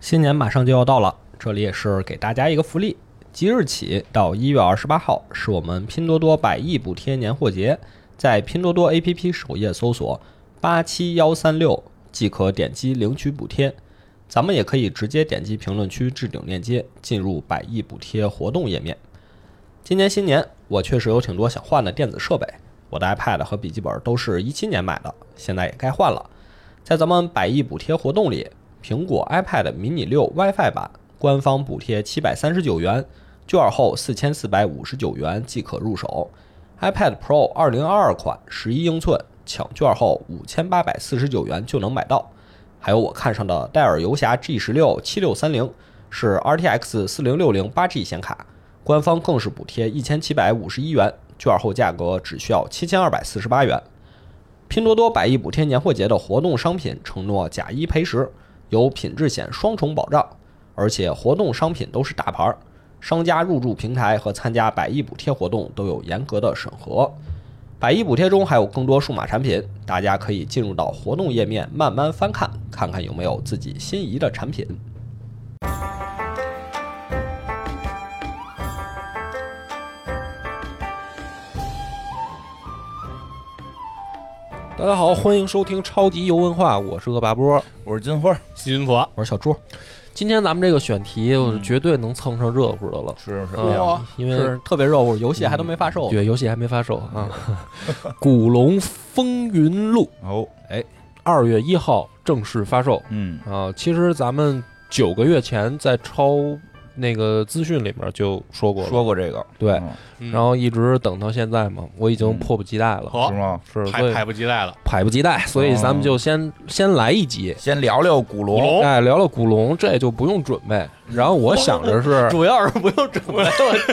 新年马上就要到了，这里也是给大家一个福利。即日起到一月二十八号是我们拼多多百亿补贴年货节，在拼多多 APP 首页搜索“八七幺三六”即可点击领取补贴。咱们也可以直接点击评论区置顶链接，进入百亿补贴活动页面。今年新年，我确实有挺多想换的电子设备，我的 iPad 和笔记本都是一七年买的，现在也该换了。在咱们百亿补贴活动里，苹果 iPad mini 六 WiFi 版官方补贴七百三十九元，券后四千四百五十九元即可入手。iPad Pro 二零二二款十一英寸抢券后五千八百四十九元就能买到。还有我看上的戴尔游侠 G 十六七六三零是 RTX 四零六零八 G 显卡，官方更是补贴一千七百五十一元，券后价格只需要七千二百四十八元。拼多多百亿补贴年货节的活动商品承诺假一赔十，有品质险双重保障，而且活动商品都是大牌儿，商家入驻平台和参加百亿补贴活动都有严格的审核。百亿补贴中还有更多数码产品，大家可以进入到活动页面慢慢翻看，看看有没有自己心仪的产品。大家好，欢迎收听超级游文化，我是恶霸波。我是金花，新佛，我是小猪，今天咱们这个选题，我是绝对能蹭上热乎的了，是是，嗯哇因为是特别热乎，游戏还都没发售。对游戏还没发售啊， 《哦古龙风云录哦，》二月一号正式发售嗯啊。其实咱们九个月前在超那个资讯里面就说过了，说过这个，对嗯然后一直等到现在嘛，我已经嗯迫不及待了，是好，吗？是所迫以迫哦不及待了。迫不及待，所以咱们就先先来一集。先聊聊古古龙，龙哎，聊聊古龙，这就不用准备。然后我想着是，主要是不用准备，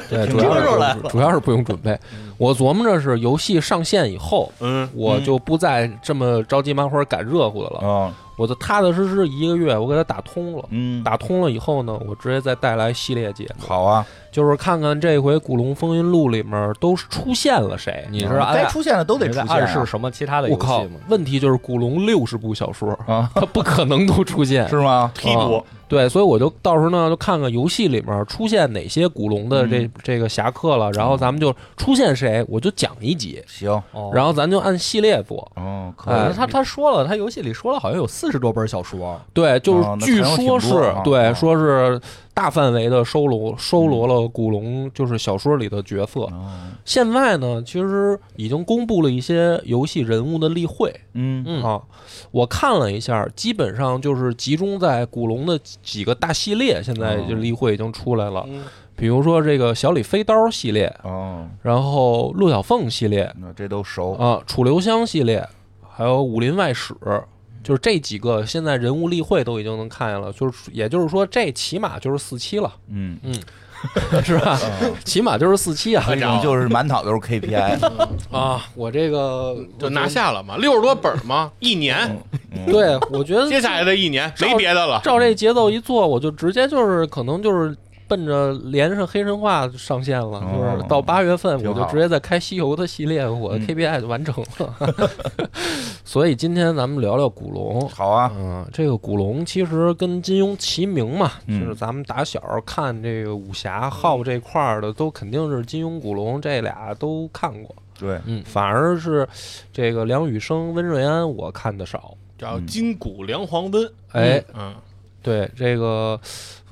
对，听主要说是出来嗯不主要是不用准备。我琢磨着是游戏上线以后，嗯，我就不再这么着急忙慌赶热乎的了。嗯我就踏踏实实一个月，我给它打通了。嗯，打通了以后呢，我直接再带来系列节目，好啊，就是看看这回《古龙风云录》里面都出现了谁。啊你是嗯按该出现的都得出现啊暗示什么其他的游我戏靠吗？！问题就是古龙六十部小说，啊，它不可能都出现。是吗？哦替补啊对，所以我就到时候呢，就看看游戏里面出现哪些古龙的嗯这、这个侠客了，然后咱们就出现谁，我就讲一集，行，哦然后咱就按系列做。哦，可哎可以是，他他说了，他游戏里说了，好像有四十多本小说。对，就是哦那据还有说挺多是、啊对，啊说是大范围的收罗收罗了古龙，就是小说里的角色。嗯哦现在呢，其实已经公布了一些游戏人物的例会，嗯啊，我看了一下，基本上就是集中在古龙的几个大系列，现在就例会已经出来了，哦嗯比如说这个小李飞刀系列，哦，然后陆小凤系列那这都熟，啊，楚留香系列，还有武林外史。就是这几个，现在人物例会都已经能看见了，就是也就是说，这起码就是四期了， 嗯，是吧？哦嗯起码就是四期啊这种就是满脑都是 KPI，啊！我这个 就拿，下了嘛，六十多本嘛，一嗯年，我对我觉得接下来的一年没别的了，照这节奏一做，我就直接就是可能就是奔着连上黑神话上线了，哦就是到八月份挺我好就直接再开西游的系列，我的嗯 KPI 就完成了。 所以今天咱们聊聊古龙。好啊，嗯，这个古龙其实跟金庸齐名嘛，嗯就是咱们打小看这个武侠好这块儿的，都肯定是金庸、古龙这俩都看过。对，嗯，反而是这个梁羽生、温瑞安我看的少。嗯叫金谷梁黄温，哎，嗯，对这个，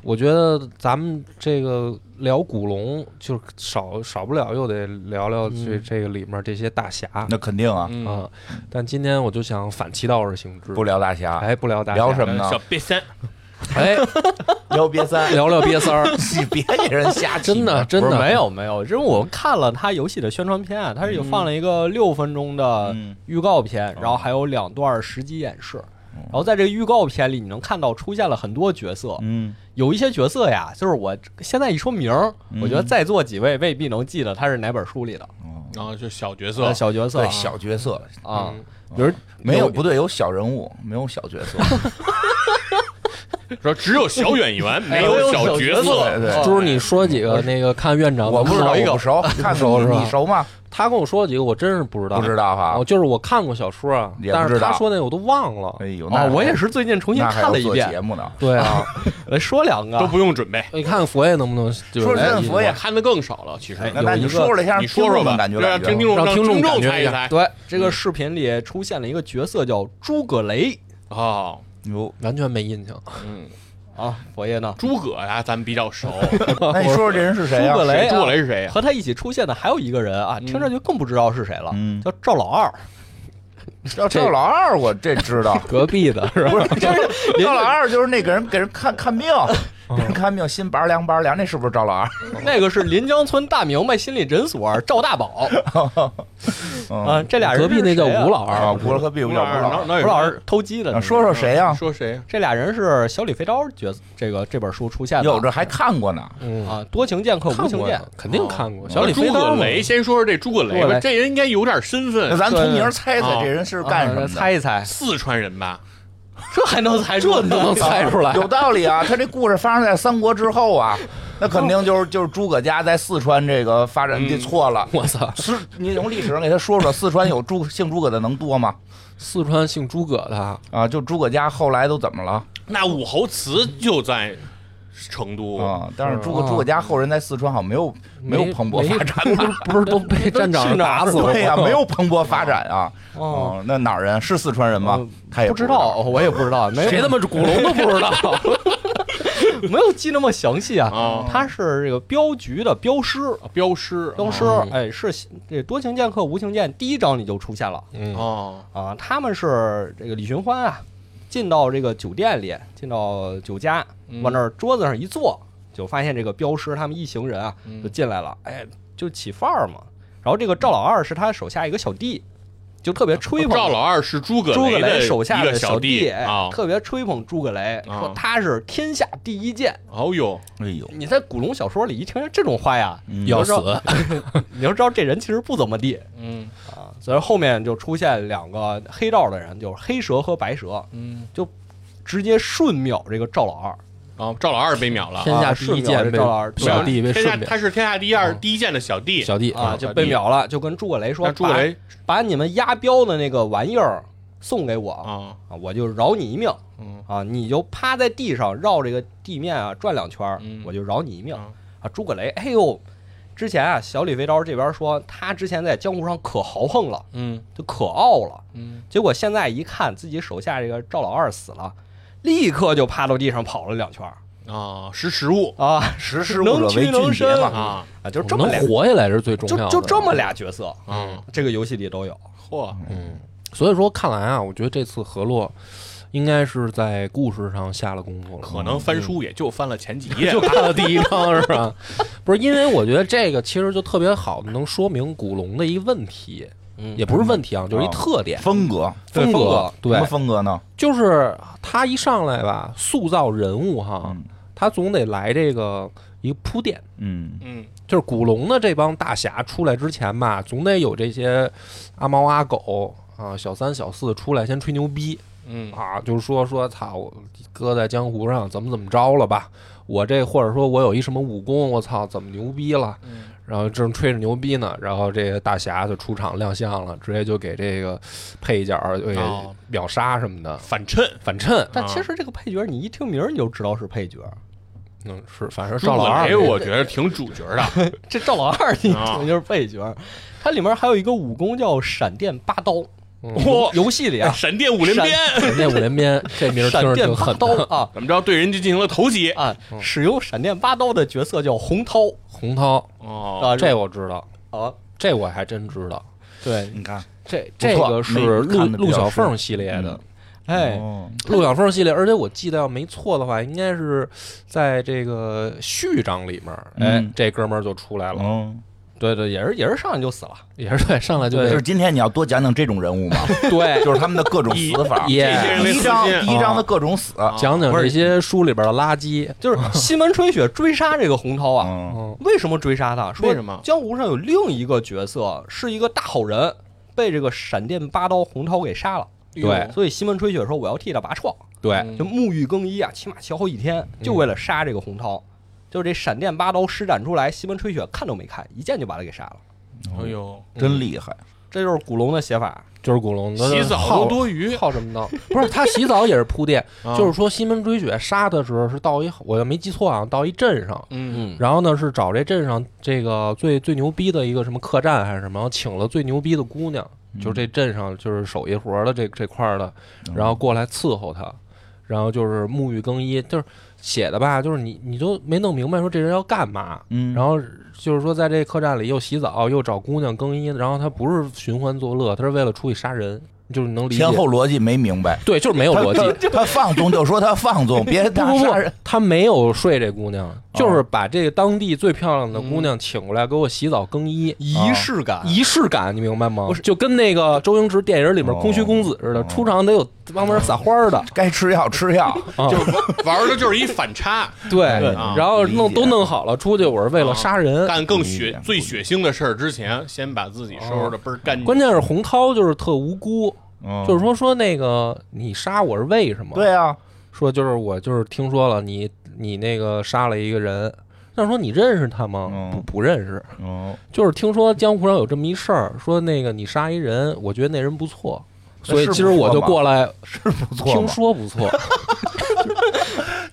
我觉得咱们这个聊古龙，就是少少不了又得聊聊这、嗯这个里面这些大侠啊、那肯定啊，嗯，但今天我就想反其道而行之，不聊大侠， 哎，不聊大侠，聊什么小呢？瘪三，哎，聊别三， 聊聊瘪三儿，你别给人瞎起真的名真不的嗯是没有没有，因为我看了他游戏的宣传片，啊他是有放了一个六分钟的嗯预告片，然后还有两段实机演示。嗯然后在这个预告片里，你能看到出现了很多角色，嗯，有一些角色呀，就是我现在一说名儿，嗯我觉得在座几位未必能记得他是哪本书里的哦然后就小角呃色，小角色对啊，小角色啊嗯，比如没有不对，有小人物，没有小角色，说只有小演 员，没有小角色。对对，猪儿，哦你说几个那个看院长，嗯我不知道，考一我个不。熟，看熟你是吧你熟吗？他跟我说几个，我真是不知道，不知道哈哦，。就是我看过小说啊，也不但是知道他说那我都忘了。哎呦，那哦，我也是最近重新那还要看了一做节遍，目呢。对啊，呃说两个都不用准备，你看佛爷能不能就是说真的佛爷我看的更少了。其实哎那有那你一个说出来，先让你说听说众吧，感觉让感觉听众让听众听感觉猜一一下猜。对，这个视频里出现了一个角色叫诸葛雷哦，哟，完全没印象。。嗯，啊，佛爷呢？诸葛呀，咱们比较熟。那你说说这人是谁呀诸？葛雷谁啊诸葛雷是谁呀？和他一起出现的还有一个人啊，听着就更不知道是谁了，嗯叫赵老二。赵赵老二，我这知道隔壁的是吧？不是，就是赵老二，就是那给人给人看看病， 给人看病，心拔凉拔凉，那是不是赵老二？ 那个是临江村大明白心理诊所 赵大宝哦啊，这俩人隔壁那叫是谁啊吴老嗯啊，二，吴老和毕不叫吴哪老哪有吴老二是偷鸡的二。那啊个。说说谁呀？说谁？这俩人是小李飞刀角色这个这本书出现的，有这还看过呢，嗯，啊，多情剑客看无情过剑呀，肯定看过。哦小李诸飞刀葛嘛雷，先说说这诸葛雷诸葛吧，雷这人应该有点身那份，咱从名儿猜对猜对这人是干什么啊的？猜一 猜，四川人吧？这还能 猜出？这都能猜出来。有道理啊，他这故事发生在三国之后啊，那肯定就是就是诸葛家在四川这个发展嗯就错了。我操，是，你从历史上给他说说，四川有诸姓诸葛的能多吗？四川姓诸葛的，啊，就诸葛家后来都怎么了啊那武侯祠就在成都，啊？但是诸葛哦诸葛家后人在四川好像没有没有蓬勃发展，展，不是 不是都被站长打死了？ 对呀，没有蓬勃发展啊。哦，哦，那哪儿人？是四川人吗嗯？他也不知道，我也不知道，没有谁他妈古龙都不知道。没有记那么详细啊。啊他是这个镖局的镖师，镖师，镖师哦，哎，是这多情剑客无情剑第一章里就出现了嗯，哦，啊。他们是这个李寻欢啊，进到这个酒店里，进到酒家，嗯往那儿桌子上一坐，就发现这个镖师他们一行人啊嗯就进来了，哎，就起范儿嘛。然后这个赵老二是他手下一个小弟，就特别吹捧哦赵老二是诸葛诸葛雷雷手下一的个小弟，哎啊。特别吹捧诸葛雷，啊说他是天下第一剑。哦呦，哎呦，你在古龙小说里一听见这种话呀，嗯要死！ 你就知道这人其实不怎么地嗯啊。所以后面就出现两个黑道的人，就是黑蛇和白蛇，嗯，直接瞬秒这个赵老二。哦，赵老二被秒了，啊天下第一剑被小弟被天下顺便，他是天下第二第一剑的小弟，小弟啊，小就弟被秒了，就跟诸葛雷说那：“诸葛雷把，把你们押镖的那个玩意儿送给我啊，啊，我就饶你一命嗯啊！你就趴在地上绕这个地面啊转两圈儿嗯，我就饶你一命啊啊！”诸葛雷，哎呦，之前啊，小李飞刀这边说他之前在江湖上可豪横了，嗯就可傲了，嗯，结果现在一看自己手下这个赵老二死了，立刻就趴到地上跑了两圈儿啊，识时务啊识时务者为俊杰能屈能伸嘛。啊啊！就这么能俩，活下来是最重要就的。就这么俩角色，啊，这个游戏里都有。嚯，嗯，所以说看来啊，我觉得这次河洛应该是在故事上下了功夫了， 可能翻书也就翻了前几页就，看了第一章是吧？啊不是，因为我觉得这个其实就特别好，能说明古龙的一个问题，嗯也不是问题啊，就是一哦特点。风格对风格格，什对么，风格呢？就是他一上来吧，塑造人物哈嗯，他总得来这个一个铺垫。嗯 嗯就是古龙的这帮大侠出来之前吧，总得有这些阿猫阿狗啊、小三小四出来先吹牛逼嗯啊，就是说说操，我搁在江湖上怎么怎么着了吧？我这或者说我有一什么武功，我操，怎么牛逼了？然后正吹着牛逼呢，然后这个大侠就出场亮相了，直接就给这个配角儿就给哦秒杀什么的，反衬反衬，但其实这个配角，你一听名儿你就知道是配角。嗯，是反正诸赵老葛二雷，这我觉得挺主角的，这赵老二啊你一听就是配角，它里面还有一个武功叫闪电八刀，嚯，游戏里啊，闪电五连鞭，那五连鞭哎这名儿听闪着电挺八狠刀的，嗯啊怎么着对人家进行了投袭啊！使用闪电八刀的角色叫洪涛洪涛，哦，啊，这我知道。啊，这我还真知道，对，你看，这不这错个是没陆看得比陆较小深嗯凤系列的，哎，哦陆小凤系列，而且我记得要没错的话，应该是在这个序章里面，哎嗯，这哥们儿就出来了，哦，对对，也是也是上来就死了， 也是对，上来就就被是今天你要多讲讲这种人物 嘛，对，就是他们的各种死法。也这些人第为一核章心第一啊章的各种死，讲讲这些书里边的垃圾，就是 西门吹雪追杀这个洪涛啊，嗯，嗯，为什么追杀他？说为什么江湖上有另一个角色是一个大好人，被这个闪电八刀洪涛给杀了。对哎所以西门吹雪说我要替他拔创，就对，哎嗯沐浴更衣啊，起码消耗一天，就为了杀这个洪涛。就是这闪电八刀施展出来，西门吹雪看都没看，一剑就把他给杀了。哎呦，真厉害。这就是古龙的写法，就是古龙洗澡好都多余，好什么呢？不是他洗澡也是铺垫，啊就是说西门追雪杀的时候是到一，我要没记错啊，到一镇上，嗯然后呢是找这镇上这个最最牛逼的一个什么客栈还是什么，然后请了最牛逼的姑娘，嗯就是这镇上就是手艺活的这这块儿的，然后过来伺候他，然后就是沐浴更衣，就是写的吧，就是你你都没弄明白说这人要干嘛，嗯，然后就是说在这客栈里又洗澡又找姑娘更衣，然后他不是寻欢作乐，他是为了出去杀人，就是你能理解前后逻辑没明白，对，就是没有逻辑。辑。他放纵就说他 放纵，别不打不不杀人。，哦他没有睡这姑娘，就是把这个当地最漂亮的姑嗯娘请过来给我洗澡更衣，仪式啊感。啊仪式感，你明白吗？就跟那个周星驰电影里面哦空虚公子似的，哦出场得有帮门撒花儿的，该吃药吃药，啊就是玩的就是一反差，对哦 对哦啊然后弄理解哦都弄好了，出去我是为了杀人。干更理血解最血腥的事儿之前，先把自己收拾的倍儿干净。关键是洪涛就是特无辜，嗯就是说说那个你杀我是为什么？对啊，说就是我就是听说了你你那个杀了一个人，那说你认识他吗嗯？不不认识，哦，就是听说江湖上有这么一事儿，说那个你杀一人，我觉得那人不错，那所以是今儿不错我就吗过来，是不错听嘛，说不 错，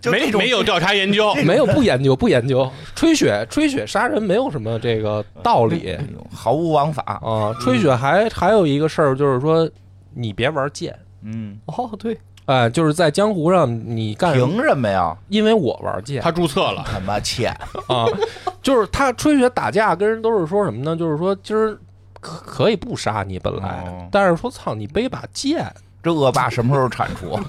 就没这种没有调查研究，没有不研究不研究，吹雪吹雪杀人没有什么这个道 理哎呦毫无王法。啊。吹雪还还有一个事儿就是说，你别玩剑，嗯，哦，对，哎、就是在江湖上你干，凭什么呀？因为我玩 剑他注册了，他妈欠，啊，就是他吹雪打架跟人都是说什么呢？就是说今儿。可可以不杀你本来，哦但是说操你背把剑，这恶霸什么时候铲除？啊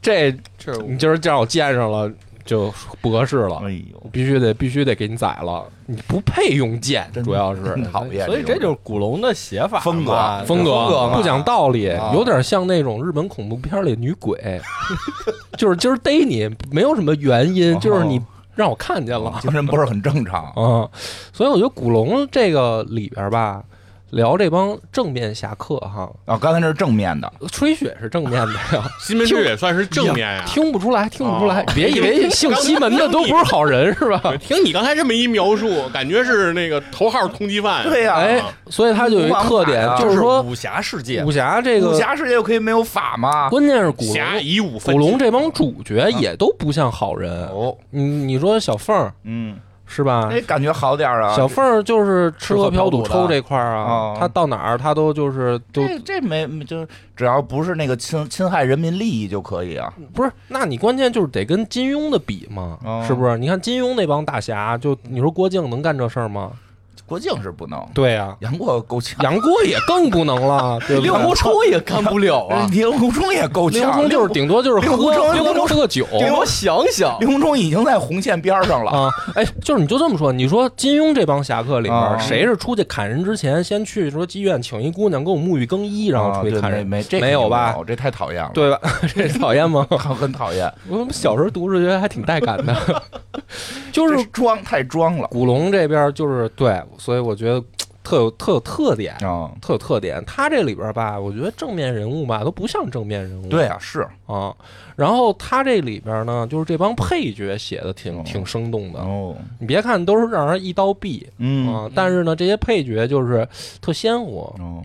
这这你今儿让我见上了就不合适了，哎呦，必须得必须得给你宰了，你不配用剑，真主要是真讨厌。所以这就是古龙的写法嘛风格风风格嘛不讲道理，啊有点像那种日本恐怖片里女鬼， 就是今儿逮你没有什么原因哦，就是你让我看见了精神不是很正常。啊，所以我觉得古龙这个里边吧。聊这帮正面侠客哈，啊，刚才这是正面的，吹雪是正面的呀，西门吹也算是正面啊呀。听不出来，听不出来哦，别以为姓西门的都不是好人是吧？对听你刚才这么一描述，感觉是那个头号通缉犯。 对呀、哎，所以他就有一特点，啊就是说武侠世界武侠这武个，侠世界又可以没有法吗？关键是古侠龙，以武分古龙这这帮主角也都不像好人。哦，你你说小凤儿嗯，是吧哎，？感觉好点儿啊。小凤儿就是吃喝嫖赌哎抽这块儿哦啊，他到哪儿他都就是都这这没就只要不是那个侵侵害人民利益就可以啊。不是。那你关键就是得跟金庸的比嘛哦，是不是？你看金庸那帮大侠，就你说郭靖能干这事儿吗？郭靖是不能，对啊呀，杨过够呛，杨过也更不能了，对不令狐对？冲也干不了啊！ 令狐冲也够令狐 冲呛，就是顶多就是令狐喝，冲令狐冲是个 酒，给我想想，令狐冲已经在红线边上 了。啊，哎，就是你就这么说，你说金庸这帮侠客里面，啊谁是出去砍人之前先去说妓院请一姑娘给我沐浴更衣，然后啊出去对砍没人，没这没有吧？肯定没有这太讨厌了，对吧？ 这讨厌吗？ 很很讨厌，我们小时候读着觉得还挺带感的， 就这是装太装了古龙这边就是对，所以我觉得特有特有特点，啊。特有特点。他这里边吧，我觉得正面人物吧都不像正面人物，对啊，是啊。然后他这里边呢，就是这帮配角写的挺哦挺生动的，哦，你别看都是让人一刀毙。嗯，啊，但是呢，这些配角就是特鲜活。哦，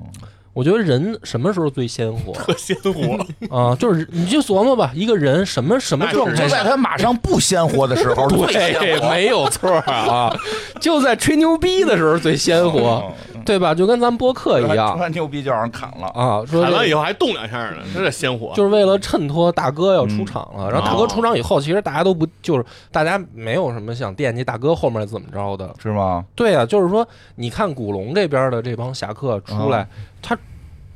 我觉得人什么时候最鲜活特鲜活， 啊？就是你就琢磨吧，一个人什么什么那状是态就下在，他马上不鲜活的时候，最哎鲜对，活没有错 啊，就在吹牛逼的时候最鲜活，哦嗯对吧？就跟咱们播客一样突然牛逼就让人砍了，啊，说砍完以这后还动两下呢，这是鲜活。就是为了衬托大哥要出场了。然后大哥哦出场以后，其实大家都不就是大家没有什么想惦记大哥后面怎么着的，是吗？对啊，就是说，你看古龙这边的这帮侠客出来，他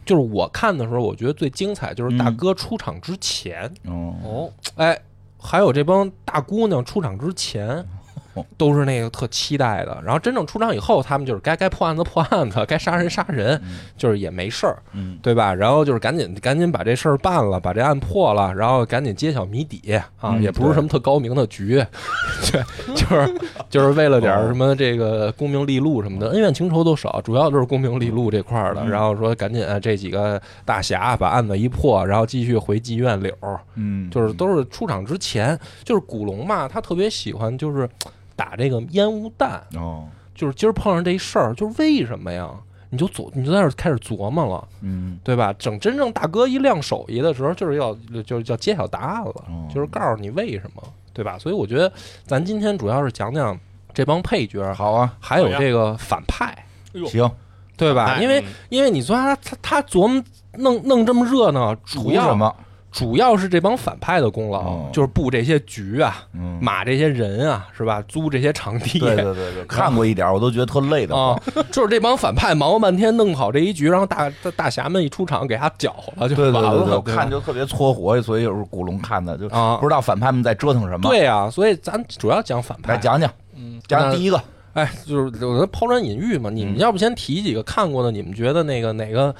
就是我看的时候，我觉得最精彩就是大哥出场之前，哦，哦，哎，还有这帮大姑娘出场之前，都是那个特期待的。然后真正出场以后，他们就是该该破案子破案子，该杀人杀人，就是也没事儿，嗯对吧？然后就是赶紧赶紧把这事儿办了，把这案破了，然后赶紧揭晓谜底啊，嗯也不是什么特高明的局， 对，就是就是为了点哦儿什么这个功名利禄什么的，恩怨情仇都少，主要就是功名利禄这块儿的。嗯然后说赶紧啊这几个大侠把案子一破，然后继续回妓院柳儿，嗯，就是都是出场之前，就是古龙嘛，他特别喜欢就是打这个烟雾弹，哦，就是今儿碰上这一事儿，就是为什么呀？你就琢，你就在这儿开始琢磨了，嗯对吧？整真正大哥一亮手艺的时候，就是要就是要揭晓答案了哦，就是告诉你为什么，对吧？所以我觉得咱今天主要是讲讲这帮配角，好啊，还有这个反派，哎呦行，对吧？哎啊因为嗯因为你说他他他琢磨弄弄这么热闹，主图要什么？主要是这帮反派的功劳，哦就是布这些局啊，嗯，码这些人啊，是吧？租这些场地。对对对对，看过一点儿，我都觉得特累的慌。啊、就是这帮反派忙活半天弄好这一局，然后大大大侠们一出场给他搅和了就对完对对了。对，我对吧看就特别搓火，所以有时候古龙看的就啊不知道反派们在折腾什么。，对啊，所以咱主要讲反来派。讲讲，讲第一个，哎，就是我觉得抛砖引玉嘛。你们要不先提几个看过的，你们觉得那个哪个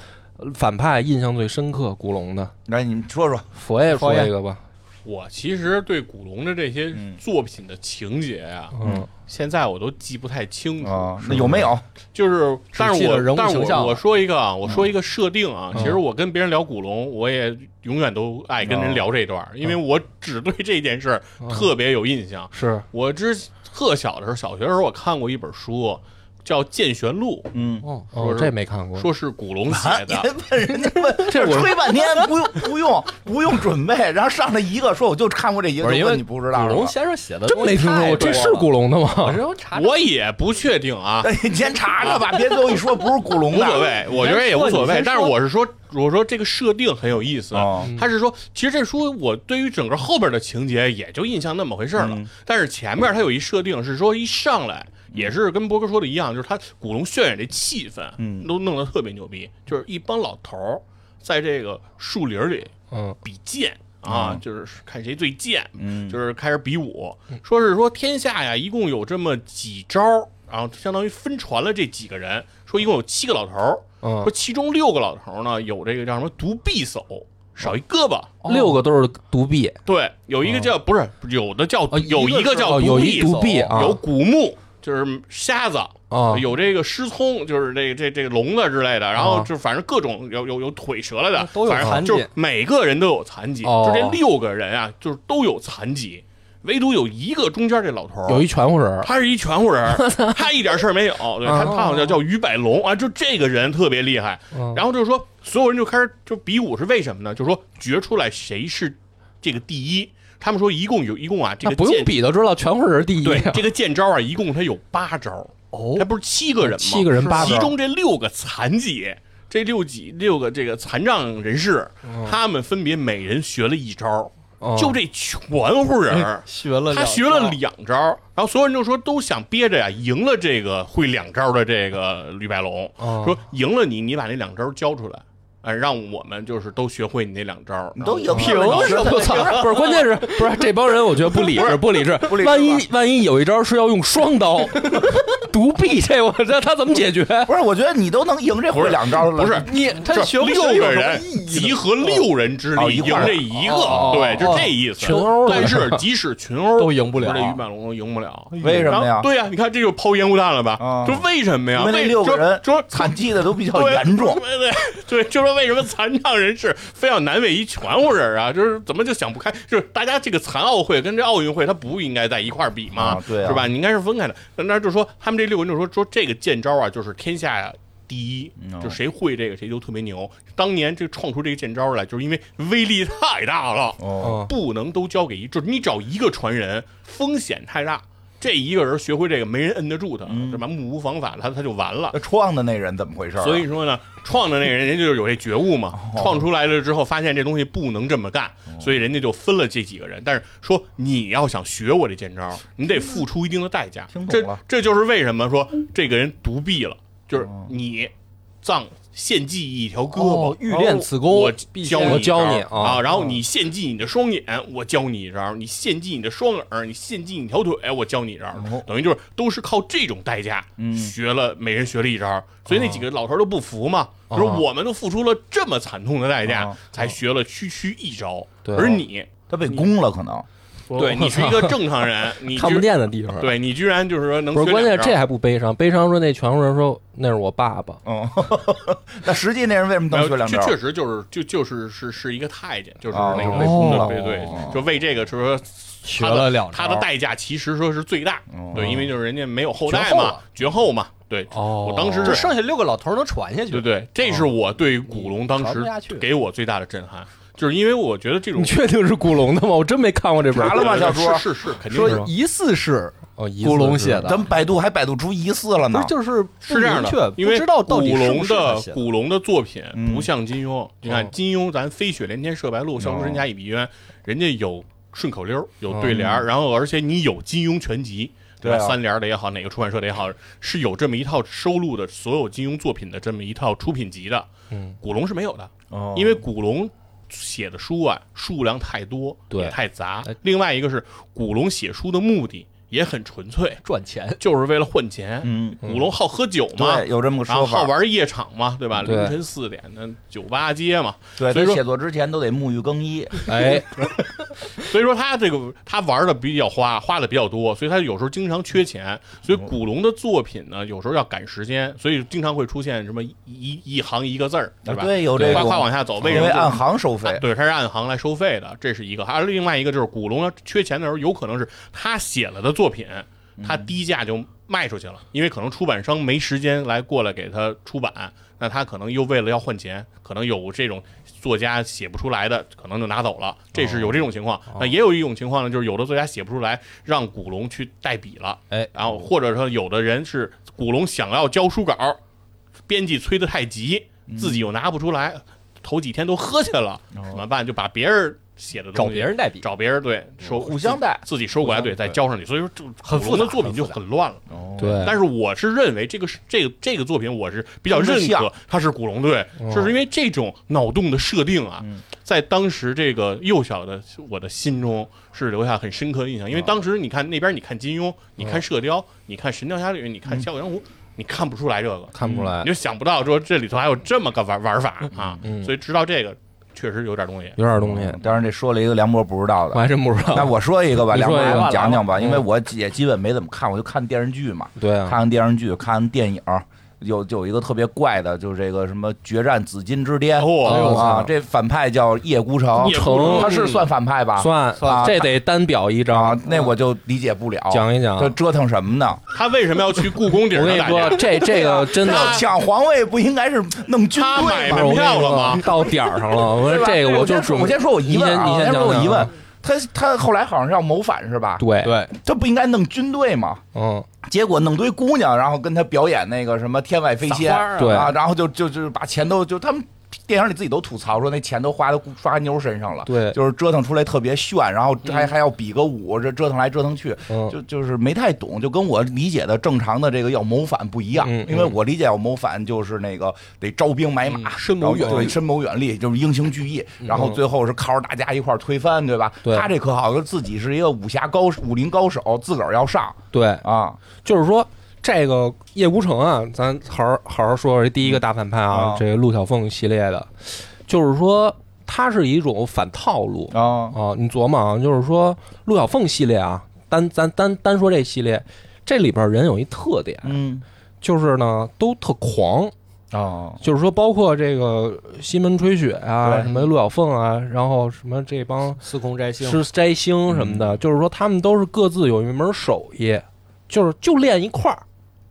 反派印象最深刻？古龙的，来你们说说。佛爷说佛爷一个吧。我其实对古龙的这些嗯作品的情节呀、嗯，现在我都记不太清楚。啊，那有没有？就是，但只是记得人我物但是形象我了我说一个啊，我说一个设定啊，嗯其实我跟别人聊古龙，我也永远都爱跟人聊这段啊儿，因为我只对这件事儿特别有印象。是我之特小的时候，小学的时候我看过一本书，叫《剑玄录嗯，啊哦说哦，是这没看》，过。说是古龙写的。 问人家问，这我吹半天不用 不用不用准备，然后上来一个说我就看过这一个，不是就因问为你不知道古龙是吧先生写的真没听说过，这啊是古龙，龙的吗？我这都查查我也不确定啊， 哎你先查查吧，别最后一说不是古龙无的，所谓，我觉得也无所谓。但是我是说，我说这个设定很有意思。啊哦他是说，其实这书我对于整个后边的情节也就印象那么回事儿了。嗯但是前面他有一设定是说，一上来也是跟博哥说的一样，就是他古龙渲染这气氛，嗯都弄得特别牛逼，就是一帮老头儿在这个树林里嗯，比剑啊，哦就是看谁最贱，嗯就是开始比武，说是说天下呀，一共有这么几招儿，然后相当于分传了这几个人，说一共有七个老头儿，嗯说其中六个老头儿呢有这个叫什么独臂手，嗯少一胳膊。六个都是独臂，对，有一个叫不是，有的叫嗯哦有一个个是叫哦有臂一手独臂啊有古墓就是瞎子啊有这个失聪就是这个这这个聋子之类的，然后啊就反正各种有有有腿折了的，都有反正残疾就是每个人都有残疾，哦就这六个人啊，就是都有残疾，唯独有一个中间这老头儿有一全乎人儿。他是一全乎人儿， 他一点事儿没有。对他，哦他好像叫于百龙啊，就这个人特别厉害。嗯然后就是说，所有人就开始就比武，是为什么呢？就是说决出来谁是这个第一。他们说一共有一共啊，这那个不剑用比都知道，全乎人第一对啊。这个剑招啊，一共它有八招，哦它不是七个人吗？七个人八其招中这六个残疾，这六几六个这个残障人士，他们分别每人学了一招，哦就这全乎人 儿。学了他两学了两招，然后所有人就说都想憋着呀，赢了这个会两招的这个吕白龙，哦说赢了你，你把那两招教出来，哎，让我们就是都学会你那两招。你都然赢后了，你什么？操！不是，关键是不是这帮人？我觉得不理智，不理智。理智吧万一万一有一招是要用双刀独臂，这我这他怎么解决？不是，我觉得你都能赢这回两招了，不是你他这学不学六有个什么人意义呢集合六人之哦力一赢块儿这一个哦，对，就哦这意思。群殴但的是即使群殴都赢不了这于满龙赢不了，为什么然呀后？ 对呀，你看这就抛烟雾弹了吧啊？就为什么呀？因为那为六个说人说残疾的都比较对严重，对对对，就说为什么残障人士非要难为一全乎人啊？就是怎么就想不开？就是大家这个残奥会跟这奥运会，它不应该在一块儿比吗？啊对啊是吧？你应该是分开的。那那就说他们这六个人就说说这个剑招啊，就是天下呀。第一嗯哦，就谁会这个谁就特别牛。当年这创出这个剑招来，就是因为威力太大了，哦，不能都交给一，就是你找一个传人，风险太大。这一个人学会这个，没人摁得住他，嗯对吧？目无防法，他他就完了。那创的那人怎么回事啊？哦所以说呢，创的那个人，人家就有这觉悟嘛。创出来了之后，发现这东西不能这么干，所以人家就分了这几个人。但是说你要想学我这剑招，你得付出一定的代价听。懂这了嗯这就是为什么说这个人独臂了，就是你藏献祭一条胳哦膊，，哦欲练此功，我必教我你教一你招啊，嗯然后你献祭你的双眼，我教你一招；你献祭你的双耳，你献祭你条腿，我教你一招。哦等于就是都是靠这种代价嗯学了，每人学了一招，所以那几个老头都不服嘛，哦说我们都付出了这么惨痛的代价哦，才学了区区一招，对哦而你，他被攻了，可能对你是一个正常人，你 看居不见的地方。对你居然就是说能不学是，关键两招这还不悲伤，悲伤说那全国人说那是我爸爸，嗯，那实际那人为什么没能有学两确招？确实就是就就是是是一个太监，就是哦那就是个被封了对对哦，就为这个就是说学了两他招的代价其实说是最大，对，因为就是人家没有后绝代后嘛了，绝后嘛，对，哦我当时就是剩下六个老头能传下去。对对，这是我对古龙当传不时下去给我最大的震撼，就是因为我觉得这种你确定是古龙的吗？我真没看过这本。查了吗小说是是是，肯定说是疑似是哦，疑似古龙是写的，咱们百度还百度出疑似了不呢是，就是是这不明样的，确因为不知道到底古是龙不是他的写的。古龙的作品嗯不像金庸，你看哦金庸咱飞雪连天射白鹿，哦笑书神侠倚碧鸳，人家有顺口溜儿，有对联儿，然后而且你有金庸全集。对吧？对啊三联儿的也好，哪个出版社的也好，是有这么一套收录的所有金庸作品的这么一套出品集的。嗯，古龙是没有的，哦因为古龙写的书啊数量太多，对也太杂。哎另外一个是古龙写书的目的也很纯粹，赚钱，就是为了换钱。嗯，古龙好喝酒嘛，对，有这么个然说后好法。玩夜场嘛，对吧？对凌晨四点的酒吧街嘛，对，所以他说写作之前都得沐浴更衣。哎，所以说他这个他玩的比较花，花的比较多，所以他有时候经常缺钱。所以古龙的作品呢，有时候要赶时间，所以经常会出现什么一一一行一个字儿，对吧？啊对，有这夸夸种，往下走，为什因为么就是按行收费。哎对，他是按行来收费的，这是一个。还有另外一个就是古龙要缺钱的时候，有可能是他写了的作品，嗯他低价就卖出去了，因为可能出版商没时间来过来给他出版，那他可能又为了要换钱，可能有这种作家写不出来的，可能就拿走了，这是有这种情况。哦那也有一种情况呢，就是有的作家写不出来，让古龙去代笔了，哎，然后或者说有的人是古龙想要交书稿，编辑催得太急，嗯自己又拿不出来，头几天都喝去了，哦怎么办？就把别人写的东哦找西别人代哦笔，嗯找别人对收互相带自己收过来对再交上去，所以说这很古复龙杂的作品很就复杂哎很乱了。哦对，但是我是认为这个是这个这个作品，我是比较认更像可它是古龙队，哦就是因为这种脑洞的设定啊，嗯在当时这个幼小的我的心中是留下很深刻的印象。因哦为当时你看那边，你看金庸，你看射雕，你看神雕侠侣，你看嗯笑傲江湖，你看不出来这个，看不出来你，就想不到说这里头还有这么个玩玩法啊。嗯所以直到这个确实有点东西。有点东西，当然，这说了一个梁博不知道我的。还真不知 那道。我说一个吧，你梁说博一个嗯你讲讲吧，来吧因为我也基本没怎么看，我就看电视剧嘛，对看啊，看电视剧，看看电影。有有一个特别怪的，就是这个什么决战紫金之巅哦哎啊，这反派叫叶孤城，叶孤城他是算反派吧？算算这得单表一啊张，，那我就理解不了，讲一讲。这我折腾什么呢？他为什么要去故宫顶跟上你打说架？，这这个真的那抢皇位不应该是弄军他队买吗？不是我跟你票了说吗到点儿上 了，我对说吧这个我就先说准备。我先说我疑问啊，你我先先你说我讲疑讲问，他他后来好像是要谋反是吧？对，对，他不应该弄军队吗？嗯，结果弄堆姑娘，然后跟他表演那个什么天外飞仙，撒花啊对啊，然后就就就把钱都就他们电影里自己都吐槽说那钱都花到花妞身上了，对就是折腾出来特别炫，然后嗯还、还要比个舞，这折腾来折腾去，嗯就就是没太懂，就跟我理解的正常的这个要谋反不一样，嗯因为我理解要谋反就是那个得招兵买马，深谋远然后虑对深谋远虑，就是英雄聚义，然后最后是靠着大家一块儿推翻，对吧？嗯对他这可好，自己是一个武侠高武林高手，自个儿要上对，啊。就是说这个叶孤城啊，咱好好好好说说这第一个大反派啊，啊这个陆小凤系列的，就是说它是一种反套路啊，啊。你琢磨啊，就是说陆小凤系列啊，单咱单单说这系列，这里边人有一特点，嗯，就是呢都特狂，哦，就是说包括这个西门吹雪啊，对什么陆小凤啊，然后什么这帮司空摘星，是摘星什么的，就是说他们都是各自有一门手艺，就是就练一块儿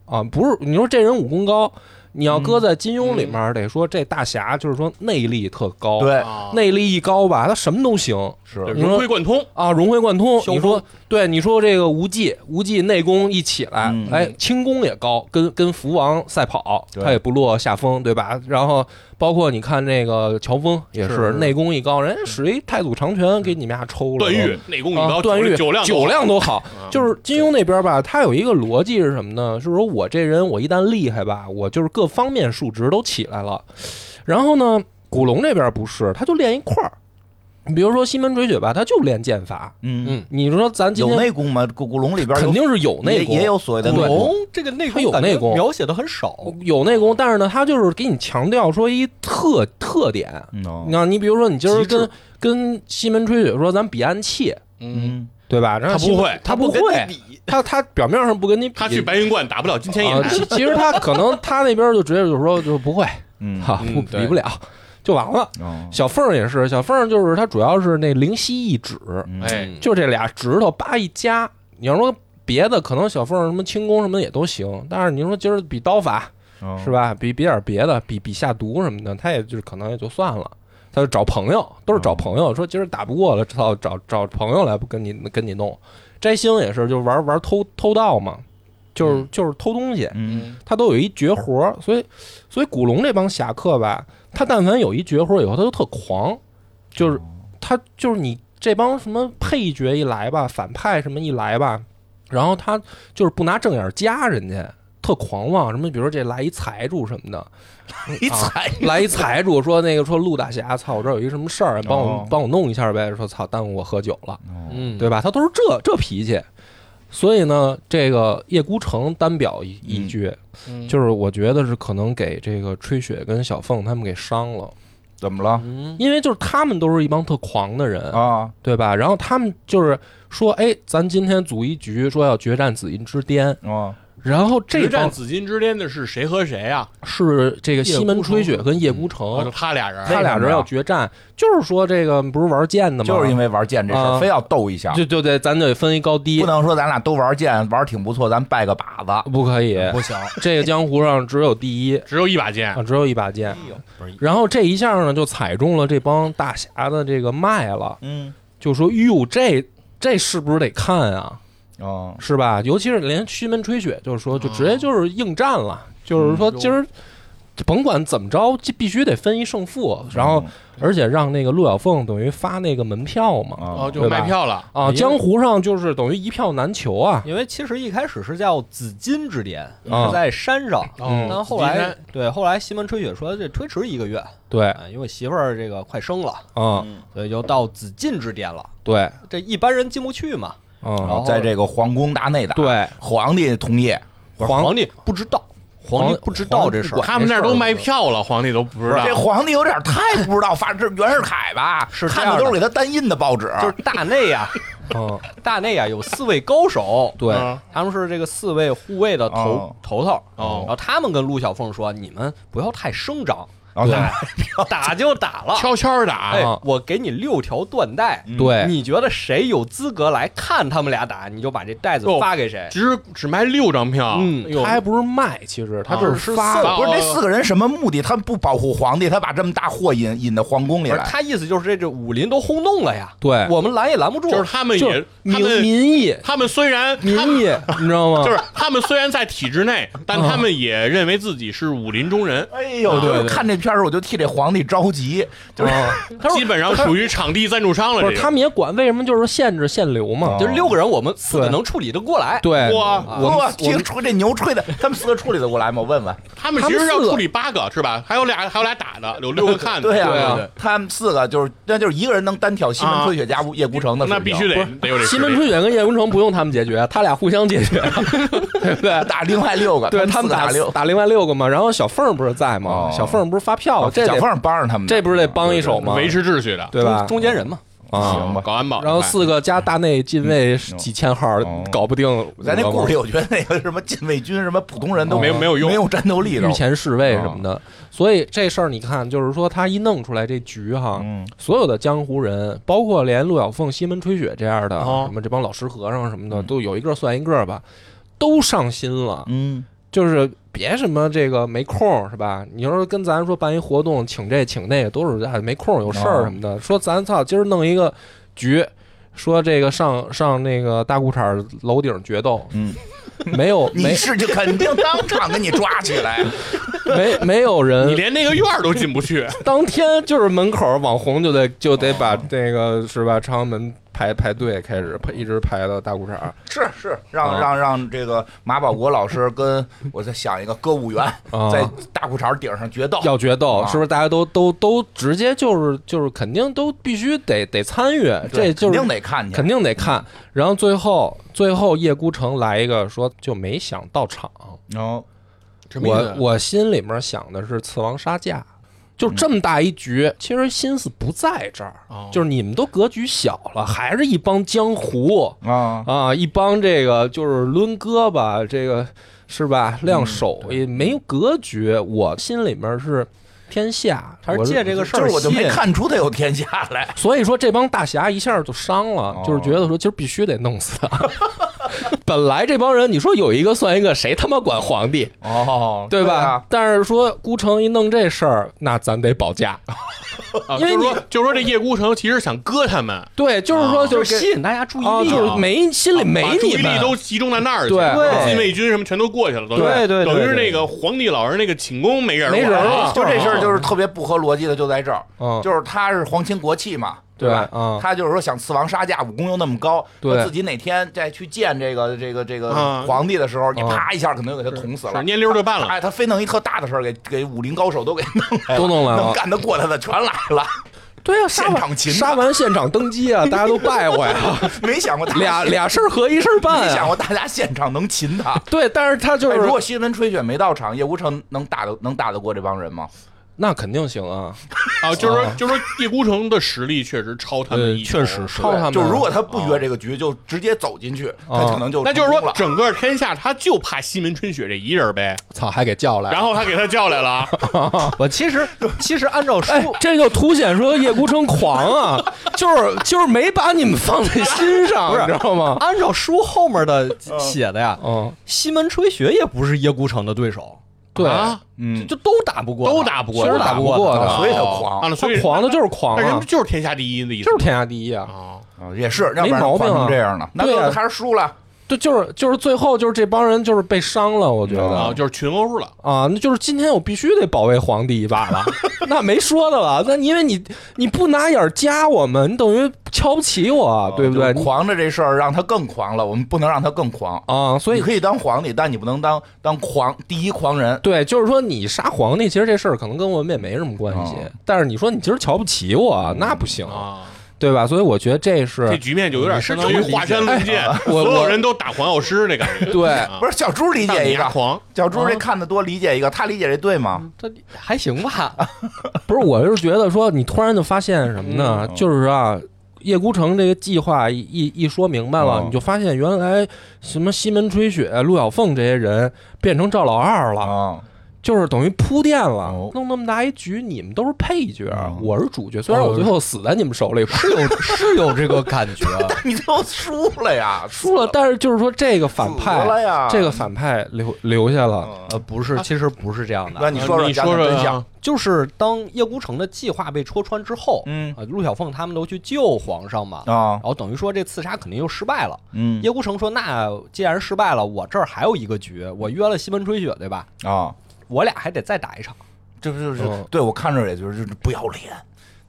啊，不是你说这人武功高，你要搁在金庸里面，得说这大侠就是说内力特高，，对，啊内力一高吧，他什么都行，是对你说融会贯通，啊，融会贯通。修你说对，你说这个无忌，无忌内功一起来，嗯哎，轻功也高，跟跟福王赛跑，对他也不落下风，对吧？然后包括你看那个乔峰也是是内功一高，人家使一太祖长拳给你们俩抽了都。段誉内功一啊，高，段誉酒量酒量都都嗯好，就是金庸那边吧，他有一个逻辑是什么呢？就是说我这人我一旦厉害吧，我就是各方面数值都起来了。然后呢，古龙这边不是，他就练一块儿。你比如说西门吹雪吧，他就练剑法。嗯，嗯，你说咱今有天内功吗？古古龙里边有肯定是有内也功，也有所谓的对内功，哦这个内他有感觉内功描写的很少，有内功，但是呢，他就是给你强调说一特特点。嗯哦那你比如说，你今儿极致跟跟西门吹雪说，咱比暗器，嗯，嗯，对吧？然后他不西门会他不跟会你，比，他他表面上不跟你比，他去白云观打不了金钱啊，眼，其其实他可能他那边就直接就说就不会，嗯哈，嗯不对比不了，就完了。哦小凤儿也是，小凤儿就是他主要是那灵犀一指，嗯哎，就这俩指头叭一夹。你要说别的，可能小凤儿什么轻功什么的也都行，但是你说今儿比刀法哦嗯是吧？比比点别的，比比下毒什么的，他也就是可能也就算了。他就找朋友，都是找朋友，说今儿打不过了，操，找找朋友来跟你跟你弄。摘星也是，就玩玩偷偷盗嘛，就是就是偷东西。嗯他都有一绝活儿，所以所以古龙这帮侠客吧，他但凡有一绝活儿以后，他都特狂，就是嗯他就是你这帮什么配角一来吧，反派什么一来吧，然后他就是不拿正眼夹人家，特狂妄，什么比如说这来一财主什么的，啊一踩来一财主说那个说陆大侠，操，我这儿有一什么事儿，啊帮我哦帮我弄一下呗，说操耽误我喝酒了，嗯，对吧？他都是这这脾气，所以呢，这个叶孤城单表一一嗯绝。嗯就是我觉得是可能给这个吹雪跟小凤他们给伤了，怎么了因为就是他们都是一帮特狂的人，啊？对吧？然后他们就是说，哎，咱今天组一局，说要决战紫禁之巅，哦，然后这直战帮紫禁之巅的是谁和谁啊？是这个西门吹雪跟叶孤啊哦，就城，他俩人他俩人要决战，就是说这个不是玩剑的吗？就是因为玩剑这事啊儿，非要斗一下，就就得咱得分一高低不，能说咱俩都玩剑，玩挺不错，咱拜个把子不可以，不行。这个江湖上只有第一，只有一把剑啊，，只有一把哎剑。然后这一下呢，就踩中了这帮大侠的这个脉了，嗯，就说：“哟，这这是不是得看啊？哦，是吧？尤其是连西门吹雪，就是说，就直接就是应战了，就是说嗯今儿甭管怎么着，就必须得分一胜负。然后，而且让那个陆小凤等于发那个门票嘛，哦，哦，就卖票了，啊，江湖上就是等于一票难求啊。因为其实一开始是叫紫金之巅，嗯是在山上。嗯但后哦紫禁来山对后来西门吹雪说这推迟一个月，对，啊，因为媳妇儿这个快生了，啊，所以就到紫禁之巅了。对，这一般人进不去嘛。然嗯，后啊在这个皇宫大内打，，对，皇帝同意，皇皇帝不知道，皇帝不知道这事儿皇帝不管。他们那儿这事儿都卖票了，皇帝都不知道这。皇帝有点太不知道，发这袁世凯吧，是这看样的的都是给他单印的报纸，就是大内啊，嗯，大内啊有四位高手，啊对，嗯他们是这个四位护卫的头、哦头头。哦然后他们跟陆小凤说：“你们不要太声张，然后他 打就打了。悄悄打，哎，我给你六条缎带，哎对，你觉得谁有资格来看他们俩打，你就把这袋子发给谁。只只卖六张票，嗯哎呦他还不是卖，其实他就是是发。送不是哦这四个人什么目的？他们不保护皇帝，他把这么大祸引引到皇宫里不是来，他意思就是这这武林都轰动了呀，对我们拦也拦不住。就是他们就也是，他民们民意他们虽然民他们意，你知道吗？啊 就是他们虽然在体制内，但他们也认为自己是武林中人，哎呦，就对哦是对看这片儿，我就替这皇帝着急，就是他说基本上属于场地赞助商了。不这是个他们也管，为什么就是限制限流嘛？哦就六个人，我们四个能处理得过来。对，哇，我们 哇我听吹这牛吹的，他们四个处理得过来吗？我问问。他们他其们实要四个处理八个是吧？还有俩还有俩打的，有六个看的。对呀、对啊他们四个就是，那就是一个人能单挑西门吹雪加叶孤城的水平，那必须得得有这们实西力门吹雪跟叶文成不用他们解决，他俩互相解决， 对不对？打另外六个，对他他们们打四个打六，打另外六个嘛，然后小凤不是在吗？哦小凤不是发票，这小得凤帮着他们的，这不是得帮一手吗？维持秩序的，对吧？中间人嘛，啊，行吧嗯搞安保。然后四个加大内禁卫几千号哦，搞不定五个嘛。咱那故事里，我觉得那个什么禁卫军、什么普通人都哦没有没有用没有哦战斗力的御。前侍卫什么的。所以这事儿你看，就是说他一弄出来这局哈，嗯所有的江湖人，包括连陆小凤、西门吹雪这样的，哦什么这帮老石和尚什么的，都有一个算一个吧，都上心了。嗯，就是别什么这个没空是吧？你要是跟咱哦说办一活动，请这请那，都是哎没空有事儿什么的。说咱操，今儿弄一个。局，说这个上上那个大裤衩楼顶决斗，嗯，没有 你没是就肯定当场给你抓起来，没没有你人，连那个院儿都进 不去，啊当天就是门口网红就得就得把这个是吧，昌门排排队开始排一直排到大裤衩，是是，让啊让让这个马保国老师跟我在想一个歌舞员啊在大裤衩顶上决斗，要决斗，啊是不是大家都都都直接就是就是肯定都必须得得参与，这对就肯是定得看见肯，定得看。然后最后最后叶孤城来一个说就没想到场，哦，什么意我思？我心里面想的是刺王杀价，就这么大一局，其实心思不在这儿，哦就是你们都格局小了，还是一帮江湖啊，啊，一帮这个就是抡胳膊这个。是吧？亮手艺、没有格局，我心里面是天下，他是我借这个事哦就儿是我就吸没引看出他有天下 来，所以说这帮大侠一下就伤了，哦就是觉得说今儿必须得弄死他。 本来这帮人，你说有一个算一个，谁他妈管皇帝，哦，对吧？啊但是说孤城一弄这事儿，那咱得保驾。啊因为就是你说，就是说这叶孤城其实想割他们，对，就是说，就就是是吸引大家注意给啊，力就啊。是没心里没把注你意力们，都集中在那儿去，对对禁卫军什么全都过去了，等于对对对等于对是那个皇帝老人那个寝宫没人没人了啊了，就这事儿就是特别不合逻辑的，就在这儿，啊嗯，就是他是皇亲国戚嘛，对吧？嗯他就是说想刺王杀价，武功又那么高，对他自己哪天再去见这个这个这个啊皇帝的时候，你啊啪一下可能就给他捅死是了。蔫溜儿就 办了。哎，他非弄一特大的事儿，给给武林高手都给弄来了，都弄来了能干得过他的全来了。对啊，杀现完场擒杀完现场登基啊，大家都拜我呀，没想过大家俩俩事儿合一事儿办没想啊。过大家现场能擒他。对，但是他 就哎，是如果西门吹雪没到场，叶无成能打得能打得过这帮人吗？那肯定行啊，啊，就是说，就是说，叶孤城的实力确实超他们一筹，是超他们啊就如果他不约这个局，就直接走进去，他可能就那就是成功说，了。整个天下他就怕西门春雪这一人呗，操，还给叫来了然。后他给他叫来了，啊我其实其实按照书哎，这就凸显说叶孤城狂 啊，就是就是没把你们放在心上，你知道吗？按照书后面的写的呀，嗯，西门吹雪也不是叶孤城的对手，对，啊就嗯，就都打不过他，都打不过确实他打不过打不过他他所以他狂啊，他所以狂的就是狂那人啊不，就是天下第一的意思就吗，是天下第一啊。啊，啊也是，要不然没毛病啊换成这样呢，那对啊就还是输了。对，就是就是最后就是这帮人就是被伤了，我觉啊，得就是群殴了，啊，那就是今天我必须得保卫皇帝一把 了，那没说的了。那因为你你不拿眼儿夹我们，你等于瞧不起我，对不对？啊就是你狂的这事儿让他更狂了，我们不能让他更狂。啊，所你以可以当皇帝，但你不能当当狂第一狂人。对，就是说你杀皇帝，其实这事儿可能跟我们也没什么关系哦。但是你说你今儿瞧不起我，那不行，啊，对吧？所以我觉得这这嗯是局面就有点你是相当于这么理解华山论剑，我我所有人都打黄药师那感觉， 对啊不是小猪理但解你啊一丫个，狂，小猪这看得多，理解一个，他理解这对吗？这还行吧？ 不是？我是觉得说，你突然就发现什么呢？嗯就是啊，叶孤城这个计划一一一说明白了，哦你就发现原来什么西门吹雪、陆小凤这些人变成赵老二了，啊，就是等于铺垫了哦。弄那么大一局，你们都是配角哦，我是主角。虽然我最后死在你们手里，是 有是有这个感觉，你都输了呀，输了，但是就是说这个反派死了呀，这个反派留留下了。嗯呃，不是，其实不是这样那的，你啊说说你讲说讲说真相啊，就是当叶孤城的计划被戳穿之后，嗯啊，陆小凤他们都去救皇上嘛，啊然，后等于说这刺杀肯定又失败了。嗯叶孤城说：“那既然失败了，我这儿还有一个局，我约了西门吹雪，对吧？啊，我俩还得再打一场。这不就是嗯对我看着也就是就是不要脸，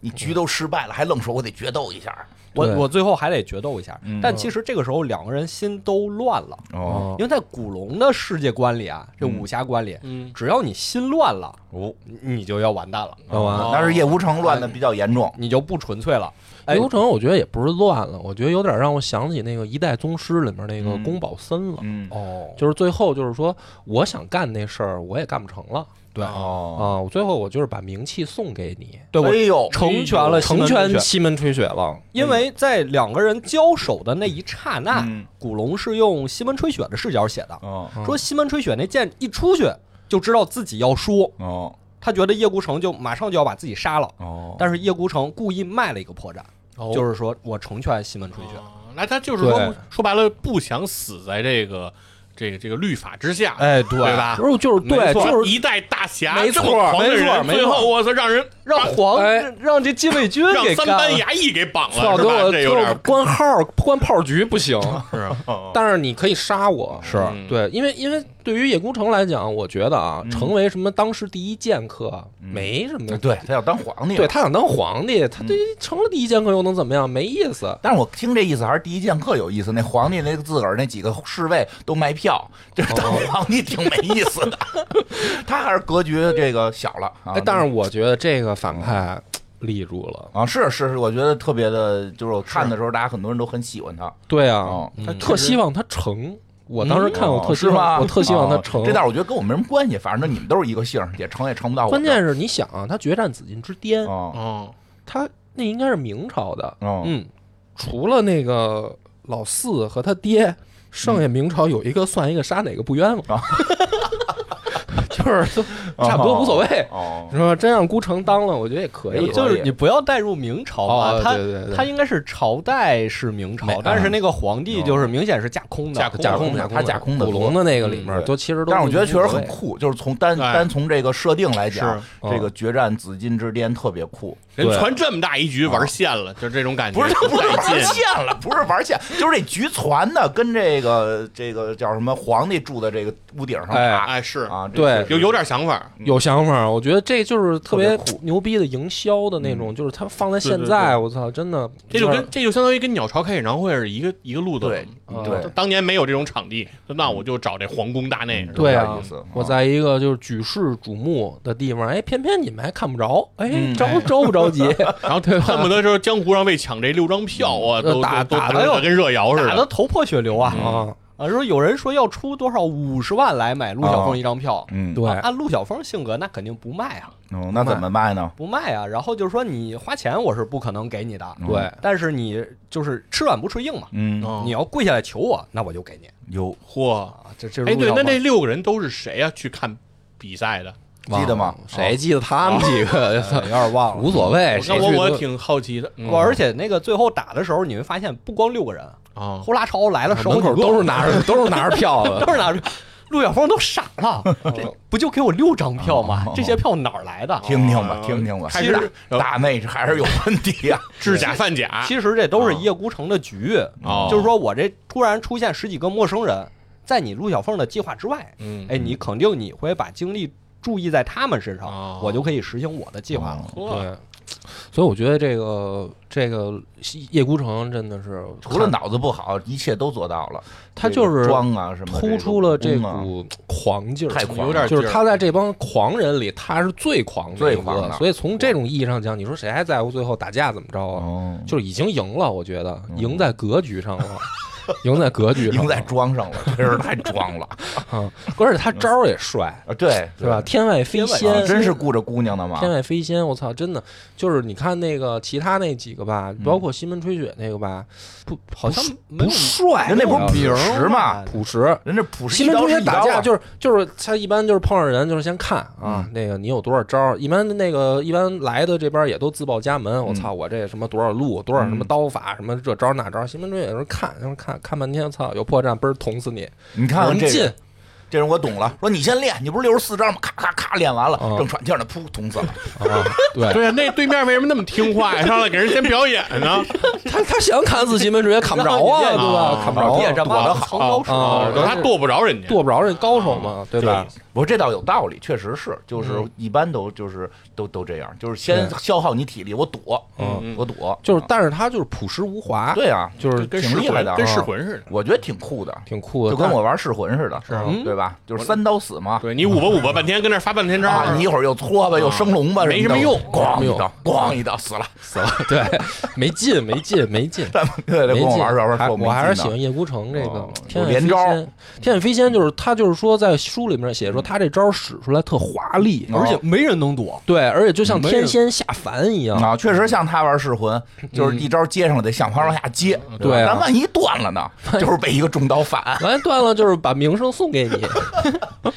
你局都失败了，还愣说我得决斗一下，我对我最后还得决斗一下。嗯但其实这个时候两个人心都乱了，哦因为在古龙的世界观里啊，这嗯武侠观里，嗯，只要你心乱了，哦，你你就要完蛋了，要完嗯哦那是叶无成乱的比较严重，你就不纯粹了。哎流程我觉得也不是乱了，我觉得有点让我想起那个《一代宗师》里面那个嗯宫保森了，嗯哦，就是最后就是说，我想干那事儿我也干不成了对哦，啊，我最后我就是把名气送给你，对我哎呦，成全了西成门吹全雪西门吹雪了，因为在两个人交手的那一刹那，嗯古龙是用西门吹雪的视角写的，哦嗯说西门吹雪那剑一出去就知道自己要输，哦他觉得叶孤城就马上就要把自己杀了，哦，但是叶孤城故意卖了一个破绽，就是说我成全西门吹雪。啊那他就是说对说白了不想死在这个。这个这个律法之下，哎，对对吧？就是就是对，没错就是一代大侠，没错这么狂的没错人没错最后我操，让人让黄哎让这禁卫军让给三干班了。衙役给绑操，了，给是吧？我这给有我点关号关炮局不行，是啊嗯但是你可以杀我。是嗯对，因为因为对于叶孤城来讲，我觉得啊，成为什么当时第一剑客没什么。对，哎嗯他要当皇帝。对，他想当皇帝，他这成了第一剑客又能怎么样？没意思。但是我听这意思还是第一剑客有意思，那皇帝那个自个儿那几个侍卫都卖票，这当皇帝挺没意思 的。他还是格局这个小了啊哎，。但是我觉得这个反派立住了。啊，是是是，我觉得特别的，就是我看的时候，大家很多人都很喜欢他。对啊，哦，他特希望他成。我当时看，我特希是吗望，我特希望他哦成。这倒是我觉得跟我没什么关系，反正你们都是一个姓儿，也成也成不到我这儿。关键是，你想啊，他决战紫禁之巅，哦哦，他那应该是明朝的。哦，嗯，除了那个老四和他爹，剩下嗯明朝有一个算一个杀哪个不冤枉，哦 就是都差不多无所谓。哦你说真让孤城当了，我觉得也可以。就是你不要带入明朝嘛，哎哦他对对对他应该是朝代是明没嗯朝，但是那个皇帝就是明显是架空的，架空架空的，的他架空的古多龙的那个里面对都其实都，但是我觉得确实很。酷，就是从单哎单从这个设定来讲，是哦这个决战紫禁之巅特别酷。人对传这么大一局玩线了，就这种感觉，不是不是带玩劲线了，不是玩线，就是这局传的跟这个这个叫什么皇帝住的这个屋顶上爬哎，是啊，这对确实有有点想法，有想法，我觉得这就是特别特别酷牛逼的营销的那种，就是他放在对对现在，我操，真的这就跟这就相当于跟鸟巢开演唱会是一个一个路子。对啊嗯对，当年没有这种场地，那我就找这皇宫大内。是吧对有啊点意思，我在一个就是举世瞩目的地方，哎，偏偏你们还看不着，哎，嗯着着不着急？然后恨不得就是江湖上为抢这六张票呃啊，都打都都打打得得跟热窑似打的得。头破血流啊 嗯啊，啊！说有人说要出多少五十万来买陆小哦凤一张票，嗯，对啊按陆小凤性格那肯定不卖啊，哦那怎么卖呢？不卖啊。然后就是说你花钱我是不可能给你的，嗯对，但是你就是吃软不吃硬嘛，嗯，嗯你要跪下来求我，那我就给你有嚯！啊。这这是哎，陆对，小那凤那六个人都是谁啊？去看比赛的？记得吗忘了谁记得他们几 个？哦哎有点忘了。无所谓，那哎谁我去我都挺好奇的。嗯我而且那个最后打的时候，你会发现不光六个人，啊，呼啦超来了十好嗯门几口个，都是拿着都是拿着票的， 哦都是拿着。陆小凤都傻了，这不就给我六张票吗哦？ 这些票哪儿来的？听听吧啊，听听吧，还是大大内还是有问题啊。制假贩假，其实这都是叶孤城的局，哦就是说我这突然出现十几个陌生人，在你陆小凤的计划之外，嗯，哎，你肯定你会把精力注意在他们身哦上，我就可以实行我的计划了。嚯，对。所以我觉得这个这个叶孤城真的是，除了脑子不好，一切都做到了。他就是这个装啊什么，突出了这这个武功啊股狂劲儿，太狂了有点劲就儿是他在这帮狂人里，他是最狂的最一个狂的所以从这种意义上讲，你说谁还在乎最后打架怎么着啊？哦，就是已经赢了，我觉得嗯赢在格局 上了，赢在格局上了，赢在装上了，确实太 装了啊！而且他招儿也帅，啊！对，是吧？？天外飞天啊仙，、真是顾着姑娘的嘛天。外飞仙，我操，真的就是你看那个其他那几个吧，嗯包括西门吹雪那个吧，不好像没有不帅，人那不朴是朴实嘛？朴实。人这朴实西一门刀吹是雪一打刀架啊，嗯就是就是他一般就是碰上人就是先看啊，那个你有多少招儿？一般那个一般来的这边也都自报家门，嗯我操，我这什么多少路多少什么刀法什么这招那招，西门吹雪就是看，就是看看半天，操，有破绽嘣儿捅死你，你看能看这 进个，这人我懂了。说你先练，你不是六十四招吗？咔咔咔练完了啊，正喘气儿呢，噗，捅 死了。啊？对， 对啊，那对面为什么那么听话呀？上来给人先表演 呢？他他想砍死西门吹雪砍不着啊，对吧？砍不着啊夜啊，战躲得吧，藏好高手啊哦，他剁不着人家，剁不着人高手啊嘛，对吧？不过这倒有道理，确实是，就是一般都就是都都这样，就是先对消耗你体力，我躲，嗯我躲，就是，但是他就是朴实无华，对啊，就是跟挺噬厉害魂的啊跟噬魂似的。我觉得挺酷的，挺酷的，就跟我玩噬魂似的，嗯对吧？就是三刀死嘛，对你舞吧舞吧半天，跟那儿发半天招啊，儿，你一会儿又搓吧，又升龙吧，没什么的什么用咣嗯啊没有一刀，咣一刀死了。死了， 对，没劲，没劲，没劲。他们对对，没跟劲，我玩儿玩儿还说，我还是喜欢叶孤城这个哦天有眼连飞招仙。天眼飞仙就是他，就是说在书里面写说他这招使出来特华丽，嗯哦而且没人能躲。对，而且就像没天人仙下凡一样。啊，确实像他玩噬魂，就是一招接上了得想法往下接，对吧嗯对啊但万一断了呢？就是被一个中刀 反。完了断了，就是把名声送给你。嗯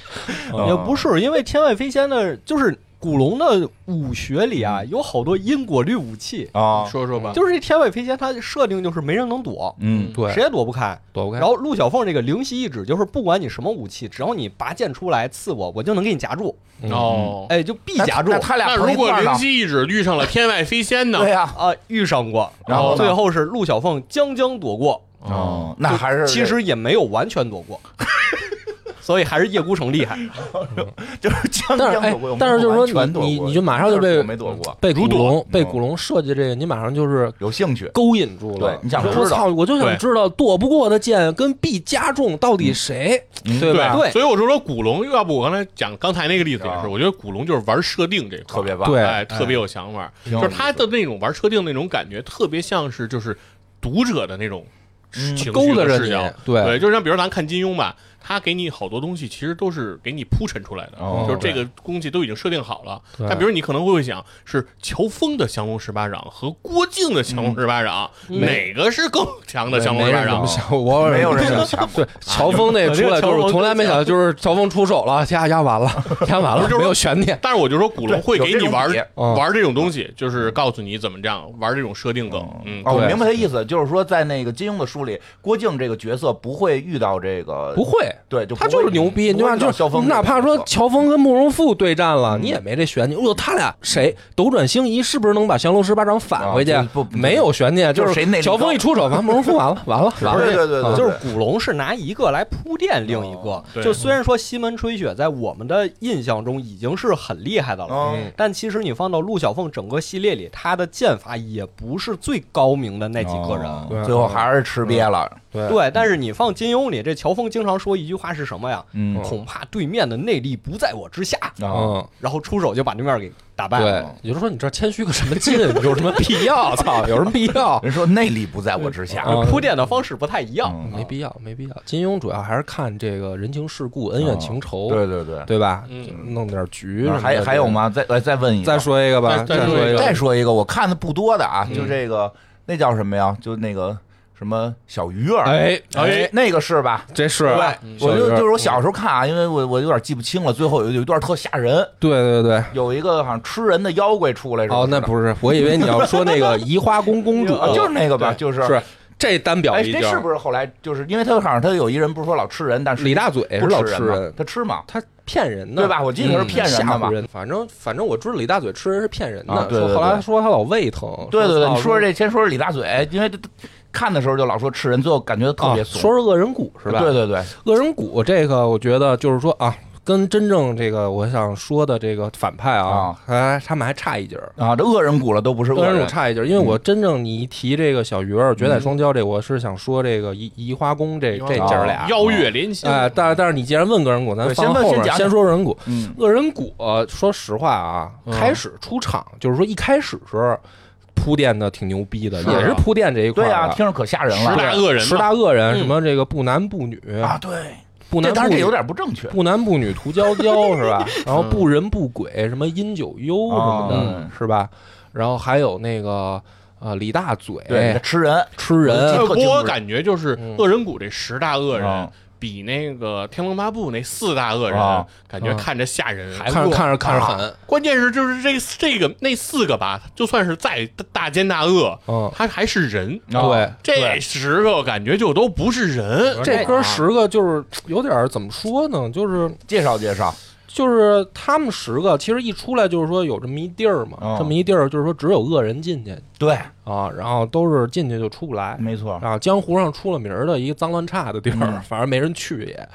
啊也不是，因为天外飞仙的，就是古龙的武学里啊，有好多因果律武器，嗯啊， 说说吧，就是这天外飞仙，它设定就是没人能躲，嗯对，谁也躲不开。躲不开然。后陆小凤这个灵犀一指，就是不管你什么武器，只要你拔剑出来刺我，我就能给你夹住，嗯哦，哎，就必夹住那。他俩那碰一如块果儿灵呢？机一指遇上了天外飞仙呢？对呀，啊，遇上过，然后呢最后是陆小凤将将躲过，嗯哦，那还是其实也没有完全躲 过，所以还是叶孤城厉害。就是将但是将哎躲过，但是就是说我们你完全躲你过你就马上就但是被我没躲过，被古如躲龙被嗯古龙设计这个，你马上就是有兴趣，勾引住了对。你想说知道我操，我就想对知道躲不过的剑跟必加重到底谁，嗯对吧？对所以我就说古龙，要不我刚才讲刚才那个例子也啊是，我觉得古龙就是玩设定这一块特儿别棒。对哎，特别有想法，挺有就意思是他的那种玩设定那种感觉，特别像是就是读者的那种嗯情勾绪搭和着视你角。，对，对，就像比如咱看金庸吧，他给你好多东西，其实都是给你铺陈出来的，哦就是这个东西都已经设定好了。对但比如你可能会想，是乔峰的降龙十八掌和郭靖的降龙十八掌，嗯哪个是更强的降龙没十八人怎啊掌么？想，我没有人想能想对， 啊乔峰那出来就是从来没想，到，就是乔峰出手了， 压压完 了，压完了，不是就是没有悬念。但是我就说古龙会对有给你这种玩比嗯玩这种东西，就是告诉你怎么这样玩这种设定梗。嗯，哦，我对明白他意思，就是说在那个金庸的书里，郭靖这个角色不会遇到这个不，会，对，就不他会就是牛逼，不对会吧？遇到就萧是峰这哪个角色，怕说乔峰跟慕容复对战嗯了，你也没这悬念。哟，他俩谁斗转星移，是不是能把降龙十八掌返回去啊？不不没有悬念，就是是谁内力乔峰高一出手，完慕容复完了，完了，完了。对对对对啊就是古龙是拿一个来铺垫另一个哦。对就虽然说西门吹雪在我们的印象中已经是很厉害的了，嗯，但其实你放到陆小凤整个系列里，她的剑法也不是最高明的那几个人。哦对最后还是吃瘪了，对对，但是你放金庸里，这乔峰经常说一句话是什么呀？嗯恐怕对面的内力不在我之下，啊，嗯，然后出手就把对面给打败了。对，有人说你这谦虚个什么劲？有什么必要？操，有什么必要？人说内力不在我之下，嗯铺垫的方式不太一样。 嗯没必要，没必要。金庸主要还是看这个人情世故、恩怨情仇，对对对，对吧？嗯弄点局什么啊的。还还有？吗？再来再问一个，再说一个吧，再再说说一一个个。再说一个，我看的不多的啊，嗯就这个那叫什么呀？就那个什么小鱼儿，哎哎，那个是吧？这是对，我就小鱼儿就是我小时候看啊，因为我我有点记不清了，最后有有一段特吓人，对对对。有一个好像吃人的妖怪出来，哦，那是不是，我以为你要说那 个移花宫公主吧，啊，就是那个吧，就是是这单表哎，一这件是不是后来就是因为他好像他有一人不是说老吃人，但是李大嘴是不老吃吃嘛人，他吃嘛，他骗人的，嗯对吧？我记得他是骗人吓唬的嘛。人。反正反正我知道李大嘴吃人是骗人啊的，对说对后来对说他老胃疼。对对对，操你说这先说说李大嘴，因为这看的时候就老说吃人，最后感觉特别啊怂，说是恶人谷是吧？对对对，恶人谷这个，我觉得就是说啊，跟真正这个我想说的这个反派啊啊，还他们还差一截儿。啊，这恶人谷了都不是恶恶人谷人，差一截儿，因为我真正你一提这个小鱼儿、绝代双骄这个，我是想说这个移移花宫这这姐儿俩。邀哦月连心，哎，但是但是你既然问恶人谷，咱哦对放先问后面先讲先说恶人谷。嗯恶人谷，呃说实话啊，开始出场就是说一开始时候铺垫的挺牛逼的，是啊也是铺垫这一块对啊，儿的。听着可吓人十了大恶人十嘛，大恶人，嗯什么这个不男不女啊，对，不这男当不然这女有点不正确，不男不女涂娇娇是吧？然后不人不鬼，什么阴九幽什么的，哦是吧？然后还有那个呃李大嘴对，吃人吃 人，呃特精我致感觉就是嗯恶人谷这十大恶人嗯。比那个《天龙八部》那四大恶人啊，感觉啊看着吓人。看着看着看着狠，关键是就是这这个那四个吧，就算是再大大奸大恶，嗯，他还是人。对。啊这十个感觉就都不是人。这哥十个就是有点儿怎么说呢？就是介绍介绍，就是他们十个，其实一出来就是说有这么一地儿嘛，哦这么一地儿就是说只有恶人进去对，啊，然后都是进去就出不来，没错，啊，江湖上出了名儿的一个脏乱差的地儿，嗯反正没人去也。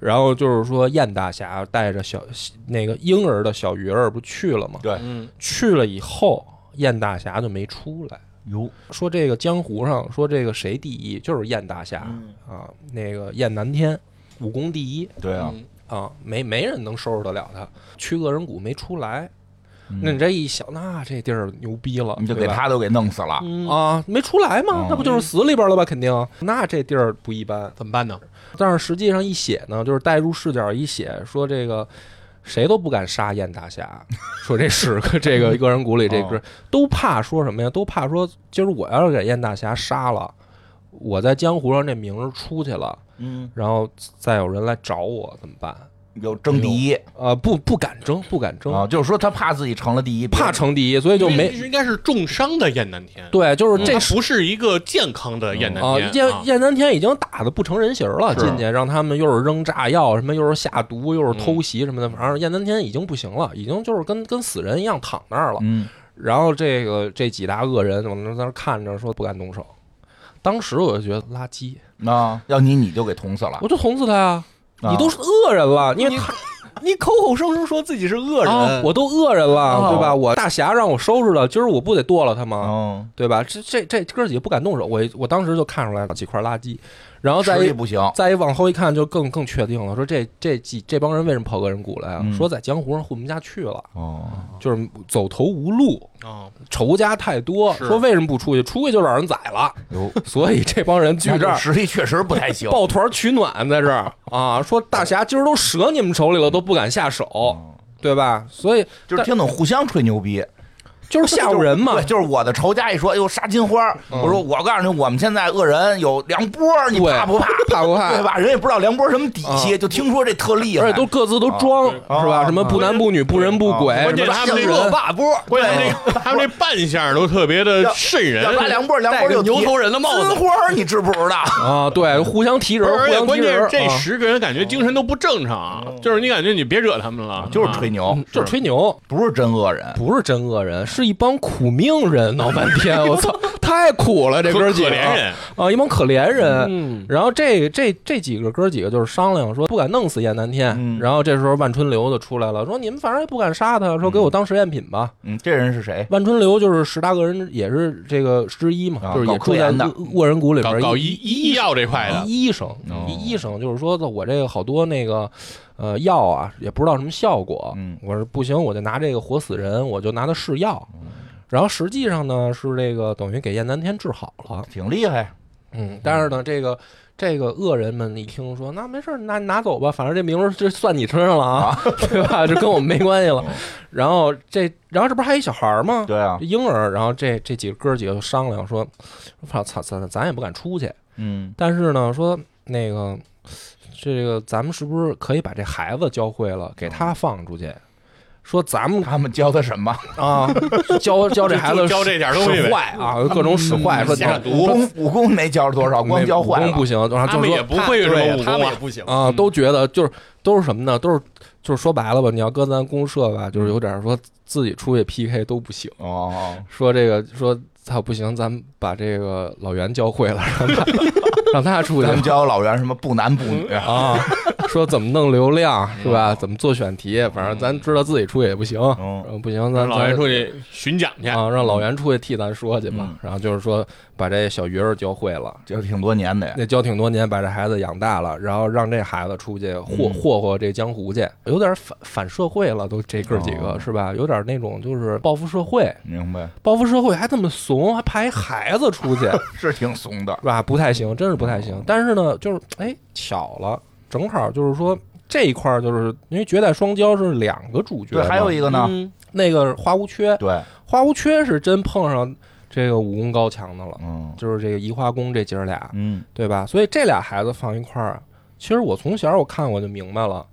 然后就是说，燕大侠带着小那个婴儿的小鱼儿不去了吗？对嗯，去了以后，燕大侠就没出来。有说这个江湖上说这个谁第一，就是燕大侠、嗯啊，那个燕南天武功第一对啊，嗯啊，没没人能收拾得了他。去恶人谷没出来，嗯那你这一想，那这地儿牛逼了，你就给对吧他都给弄死了，啊，没出来嘛嗯，那不就是死里边了吧？肯定。那这地儿不一般。怎么办呢？但是实际上一写呢，就是带入视角一写，说这个谁都不敢杀燕大侠，说这十个这个恶人谷里这哦个都怕说什么呀？都怕说今儿我要是给燕大侠杀了，我在江湖上这名儿出去了，嗯，然后再有人来找我怎么办？有争第一呃，不不敢争，不敢嗯争，啊，就是说他怕自己成了第一，怕成第一，所以就这没应该是重伤的燕南天，对，就是这它是不是一个健康的燕南啊，天燕啊。燕南天已经打的不成人形了，是进去让他们又是扔炸药，什么又是下毒，嗯又是偷袭什么的，反正燕南天已经不行了，已经就是跟跟死人一样躺那儿了。嗯，然后这个这几大恶人往那在那儿看着，说不敢动手。当时我就觉得垃圾，啊，要你你就给捅死了我，就捅死他呀！啊你都是恶人了，因为他你口口声声说自己是恶啊，我我都恶人哦了，对吧？我大侠让我收拾了，今儿我不得剁了他吗？嗯，对吧？这这这哥几个不敢动手，我我当时就看出来了几块垃圾，然后再实一力不行，再一往后一看，就更更确定了，说这这几这帮人为什么跑恶人谷来啊？嗯说在江湖上混不下去了，哦，就是走投无路，啊，仇家太多。是说为什么不出去？出去就让人宰了。哟，所以这帮人聚那哦这就儿实力确实不太行，抱团取暖，在这儿啊，说大侠今儿都折你们手里了，都不敢下手，嗯对吧？所以就是听懂互相吹牛 逼，就是吓唬人 嘛嗯对，。就是我的仇家一说，哎呦杀金花，我说我告诉你，我们现在恶人有梁波，你对怕不怕？怕不怕嗯对吧？人也不知道梁波什么底细，就听说这特厉害，而且都各自都装，是啊吧？啊什么不男不女、不人不鬼，啊关键什么啊他们像这人恶霸波，关键他们这他们这扮相都特别的瘆人要，拉梁波，梁波就牛头人的帽子金花你知不知道？啊，对，互相提人，而互且相关提键人是，这啊十个人感觉精神都不正常，就是你感觉你别惹他们了，就是吹啊牛，哦嗯嗯就是吹牛。不是真恶人。不是真恶人，是一帮苦命人，闹半 天，我操，太苦了，这哎可哥几可个怜人，啊，一帮可怜人。嗯，然后这这这几个哥几个就是商量说不敢弄死燕南天，嗯然后这时候万春流就出来了，说你们反正也不敢杀他，嗯说给我当实验品吧。嗯，这人是谁？万春流就是十大恶人也是这个之一嘛，啊就是也搞住科在研的恶恶人谷里边搞儿，搞一医医药这块的，医生哦，医医生就是说，我这个好多那个呃药啊，也不知道什么效果。嗯我说不行，我就拿这个活死人，我就拿它试药。然后实际上呢，是这个等于给燕南天治好了。挺厉害，嗯，但是呢，这个这个恶人们一听说，那没事儿，拿拿走吧，反正这名儿这算你身上了啊，对吧？这跟我们没关系了。然后这，然后这不是还有一小孩儿吗？哦对啊，婴儿。然后这这几个哥儿几个就商量说，操，咱咱咱也不敢出去。嗯，但是呢，说那个这个咱们是不是可以把这孩子教会了，给他放出去？说咱们他们教他 什么？啊， 教教这孩子就教这点东西呗使坏啊，各种使坏，说下你武毒，功武功没教多少，嗯光教坏没武了嗯功不行，然后他就们是也说不会有什么武他功们啊也，不行。啊，都觉得就是都是什么呢？都是就是说白了吧，你要搁咱公社吧，就是有点说自己出去 PK 都不行。哦，说这个说操不行，咱们把这个老袁教会了，让 他让他出去咱。们教老袁什么不男不女，啊，说怎么弄流量是嗯吧？怎么做选题？反正咱知道自己出去也不行，嗯嗯，不行，咱让老袁咱出去巡讲去，啊，让老袁出去替咱说去嗯吧。然后就是说，把这小鱼儿教会了，教挺多年的呀。那教挺多年，把这孩子养大了，然后让这孩子出去嗯霍霍霍这江湖去，有点反反社会了，都这哥几哦个是吧？有点那种就是报复社会，明白，报复社会还这么怂，还派一孩子出 去，是挺怂的。是吧？不太行，真是不太行。哦但是呢，就是哎，巧了，正好就是说这一块儿，就是因为绝代双骄是两个主角嘛，对，还有一个呢，嗯那个花无缺，对，花无缺是真碰上这个武功高强的了，嗯就是这个移花宫这姐儿俩，嗯，对吧？所以这俩孩子放一块儿，其实我从小我看我就明白了，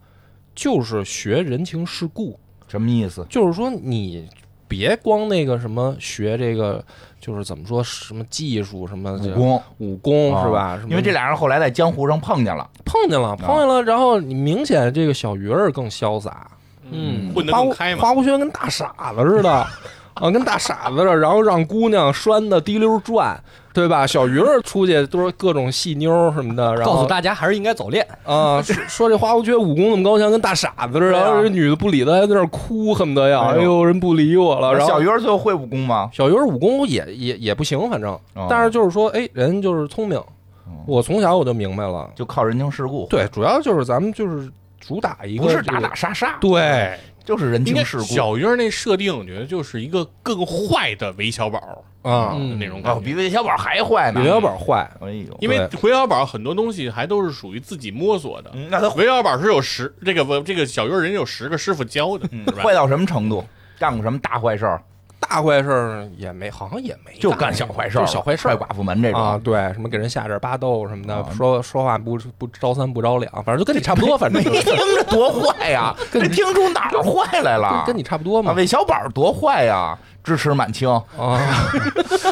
就是学人情世故，什么意思？就是说你别光那个什么学这个，就是怎么说什么技术什么武功，武功啊是吧？什么因为这俩人后来在江湖上碰见了，碰见啊了，碰见了，然后你明显这个小鱼儿更潇洒，嗯混得花更无开嘛，花无缺跟大傻子 似的，啊，跟大傻子似的，然后让姑娘拴的滴溜转，对吧？小鱼儿出去都是各种戏妞儿什么的，然告诉后大家还是应该早恋，啊， 说说这花无缺武功那么高强，跟大傻子似的，对啊然后这女的不理他，还在那儿哭，恨不得要，哎哎呦呦，人不理我了，啊然后小鱼儿最后会武功吗？小鱼儿武功也也也不行，反正，哦但是就是说，哎，人就是聪明，啊我从小我就明白了，就靠人情世故，对，主要就是咱们就是主打一个不是这打个打杀杀，对，就是人应情该世故。小鱼儿那设定，我觉得就是一个更坏的韦小宝啊，嗯那种感哦，觉。比韦小宝还坏比呢。韦小，宝坏，哎呦，因为对韦小宝很多东西还都是属于自己摸索的，嗯那他韦小宝是有十这嗯嗯个这个小鱼儿人有十个师傅教的，是吧？坏到什么程度？干过什么大坏事儿？大大坏事儿也没，好像也没就大干小坏事就儿，是小坏事踹儿寡妇门这 啊，种。对，什么给人下点巴豆什么的，啊说说话不不着三不着两，反正就跟你差不多，反正没就听是着多坏呀！ 跟这你听出哪儿坏来了？跟你差不多啊，嘛。韦小宝多坏呀！支持满清，啊，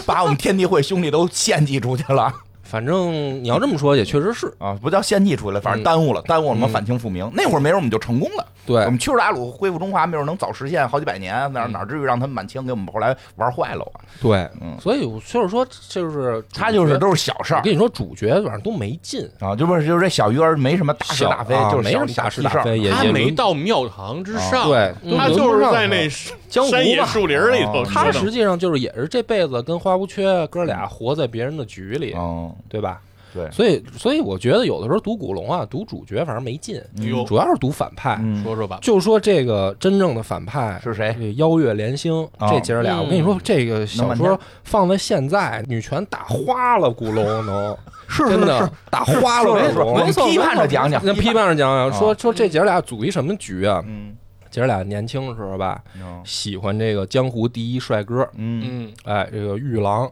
把我们天地会兄弟都献祭出去了反正你要这么说也确实是，啊！不叫献祭出来，反正嗯耽误了，耽误我嗯们反清复明。那会儿没准我们就成功了。对嗯我，们驱逐鞑虏，恢复中华，没准能早实现好几百年。哪哪至于让他们满清给我们后来玩坏了啊？对，嗯所以我就是说，就是他就是都是小事我儿跟你说，主角反正都没劲，啊，就不是就是这小鱼儿没什么大是小大非，啊就是没小什么大是小屁事大儿非，也他也没轮哦到庙堂之上，对，他轮不就是上他在那嗯江湖山野吧树林里哦头折腾。他实际上就是也是这辈子跟花无缺哥俩活在别人的局里，嗯，对吧？对，所以，所以我觉得有的时候读古龙啊，读主角反而没劲，哟主要是读反派。嗯说说吧，就哎说这个真正的反派是谁？这邀月连星啊这姐儿俩，我嗯跟你说，这个小能半天说放在现在，女权打花了古龙能， 是真的打花了是是是古我龙们。批判着讲讲，那批判着讲啊讲，说说这姐儿俩组一什么局啊？嗯，姐儿俩年轻的时候吧，嗯喜欢这个江湖第一帅哥，嗯嗯，哎，这个玉郎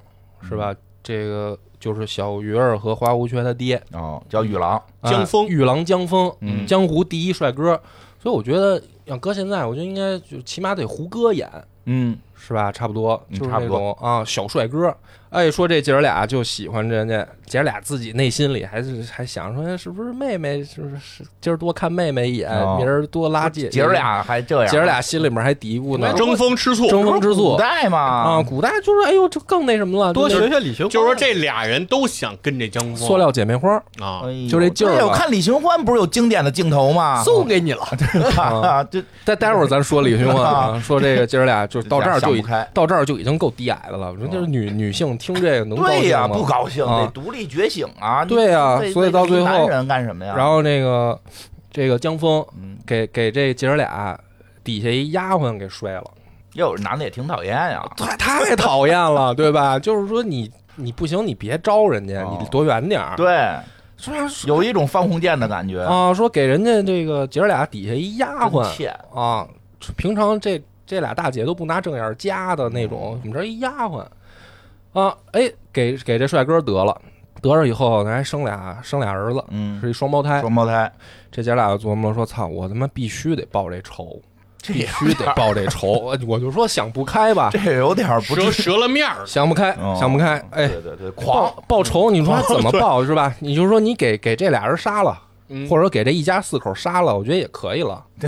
是吧？这个就是小鱼儿和花无缺他爹哦，叫玉郎，哎江峰玉郎江峰，嗯江湖第一帅哥。所以我觉得，要搁现在，我觉得应该就起码得胡歌演，嗯，是吧？差不多，嗯就是差那不种啊小帅哥。哎，说这姐儿俩就喜欢人家，姐儿俩自己内心里还是还想说，哎是不是妹妹？是不是是今儿多看妹妹一眼，哦明儿多拉姐姐儿，俩还这样，姐儿俩心里面还嘀咕呢，争风吃醋，争风这吃不是醋古代嘛啊！，古代就是哎呦，这更那什么了，多就学是学李寻，就是说这俩人都想跟这江峰塑料姐妹花。啊哎，呦就这劲儿吧对我看李寻欢不是有经典的镜头吗？送 给你了，啊，这待待会儿咱说李寻欢 啊，说这个姐儿俩就到这儿就已想不开到这儿就已经够低矮的了。我说就是女女性听这个能高对兴呀，吗？不高兴，啊得独立觉醒啊！你对呀为所以到最后为男人干什么呀？然后那个这个江峰嗯，给给这姐儿俩底下一丫鬟给 摔了，又有男的也挺讨厌呀，太太讨厌了，对吧？就是说你你不行，你别招人家，哦你躲远点儿。，对，虽然说有一种方鸿渐的感觉，啊，说给人家这个姐儿俩底下一丫真鬟欠啊，平常这这俩大姐都不拿正眼夹的那嗯种，怎么着一丫鬟啊，哎，给给这帅哥得了，得了以后咱还生俩生俩儿子，嗯，是一双胞胎。双胞胎，这姐俩琢磨说：“操，我他妈必须得报这 仇，这必须得报这仇。”我我就说想不开吧， 这有点儿不折知折了面儿了，想不开，哦想不开，哎，对对对，报狂报仇，你说他怎么报是吧？你就说你给给这俩人杀了，嗯或者说给这一家四口杀了，我觉得也可以了。 这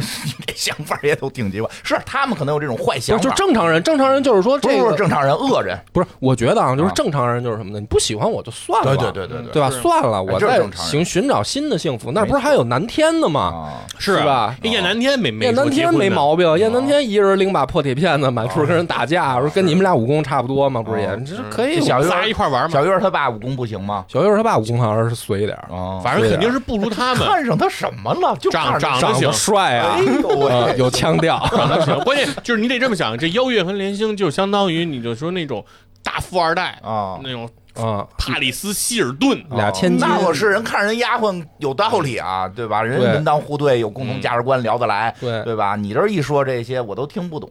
想法也都挺奇怪，是他们可能有这种坏就想就法，正常人，正常人就是说不这是个说正常人恶人，不是，我觉得啊，就啊是正常人就是什么呢？你不喜欢我就算了，对对对对对对哎吧？是算了，我这是再正常人寻寻找新的幸福，那不是还有南天呢吗？啊，是吧？燕哎南天没没燕南天没病，毛病，燕南天一人拎把破铁片子，满处跟人打架，说跟你们俩武功差不多嘛，不是也？啊嗯这是可以。这小小月仨一块玩嘛，小月儿他爸武功不行吗？小月他爸武功好像是随点儿，啊，反正肯定是不如 他们。看上他什么了？就长看上长他长行得帅啊哎，呦 啊喂，有腔调。啊关键就是你得这么想，这邀月和连星就相当于你就说那种大富二代，啊。那种 啊，帕里斯希尔顿，俩千金，那我是人看人丫鬟有道理啊，对吧？人对门当户对，有共同价值观，聊得来，对，对吧？你这一说这些，我都听不懂。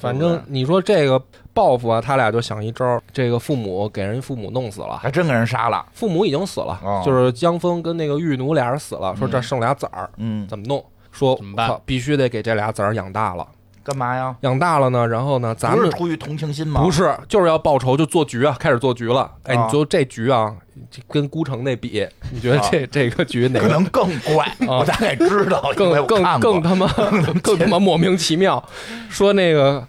反正你说这个报复啊，他俩就想一招儿，这个父母给人父母弄死了，还真给人杀了，父母已经死了，哦就是江峰跟那个玉奴俩人死了，说这剩俩崽儿、嗯，怎么弄？说怎么办靠必须得给这俩崽儿养大了，干嘛呀？养大了呢，然后呢，咱不是们出于同情心吗？不，是就是要报仇，就做局啊，开始做局了。哎，啊你就这局啊，这跟孤城那比，你觉得这、这个局哪啊可个能更 怪，我大概知道，因为哦更我更看过更他 妈更他妈莫名其妙？说那个。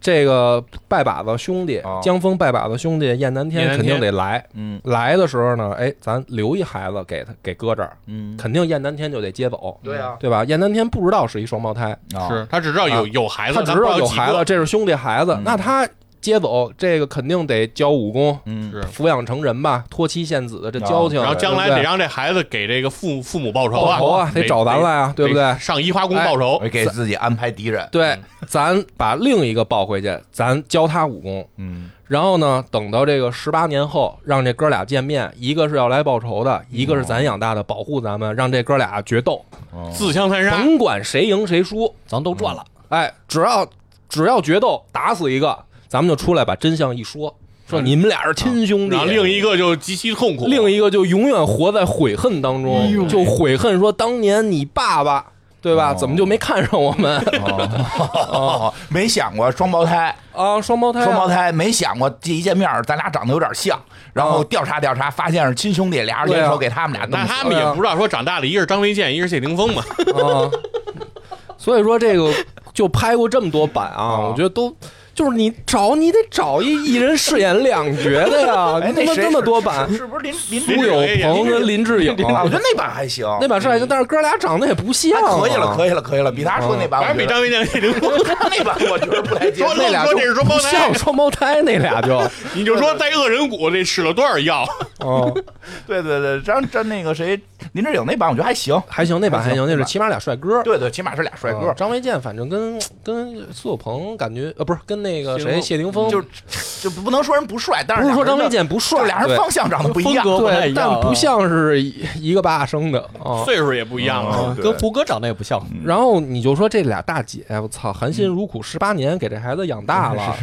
这个拜把子兄弟啊，江峰拜把子兄弟，燕南燕天南肯定天得来。嗯来的时候呢，哎，咱留一孩子给他给搁这儿，嗯，肯定燕南天就得接走，对啊对吧？燕南天不知道是一双胞胎，啊是他只知道有啊有孩子，他只知道有孩子，他不知道这是兄弟孩子嗯，那他接走这个肯定得教武功，嗯是抚养成人吧，托妻献子的这啊交几情，个，然后将来对得不对让这孩子给这个父父母报仇啊，报仇啊，得找咱来啊，对不哎得对？哎上移花宫报仇我，给自己安排敌人，嗯对，咱把另一个抱回去，咱教他武功。嗯，然后呢，等到这个十八年后，让这哥俩见面，一个是要来报仇的，一哦个是咱养大的，保护咱们，让这哥俩决斗，哦自相残啊杀，甭管谁赢谁输，嗯咱都赚了，哎，只要只要决斗打死一个，咱们就出来把真相一说，说你们俩是亲兄弟。然后啊另一个就极其痛苦，另一个就永远活在悔恨当中，就悔恨说当年你爸爸对吧，哦怎么就没看上我们哦， 没想过双胞胎，啊？双胞胎啊，双胞胎没想过，这一见面咱俩长得有点像，然后调查调查，发现是亲兄弟，俩人联手给他们俩弄那死他哎们也不知道说长大了，一个是张卫健，一个是谢霆锋嘛。 啊，所以说这个就拍过这么多版啊，我觉得都就是你找你得找一一人饰演两角的呀，哎，你他那妈谁这么多版，是是不是林林苏林志有颖朋跟林志颖，啊？我觉得那版还行，那版是还行，但是哥俩长得也不像那啊，可以了，可以了，可以了，比他说 那版反啊我正比觉得张卫健、谢霆锋， 那版我觉得不太接说受。那俩说就这是双胞不胎像双胞胎那俩就， 你就说在恶人谷这使了多少药？哦，对对对，张张那个谁林志颖那版我觉得还行，还行，那版还行，那那是版起码俩帅哥。对对，起码是俩帅哥啊。张卫健反正跟跟苏有朋感觉呃不是跟那个谁谢谢霆锋，就就不能说人不帅，但是不是说张卫卫健健不就帅，俩人对方向长得不一样，风格不太对，一样但啊不像是一个爸生的啊。岁数也不一样了。啊对跟胡歌长得也不像，然后你就说这俩大姐，我操，含辛茹苦十八年给这孩子养大了，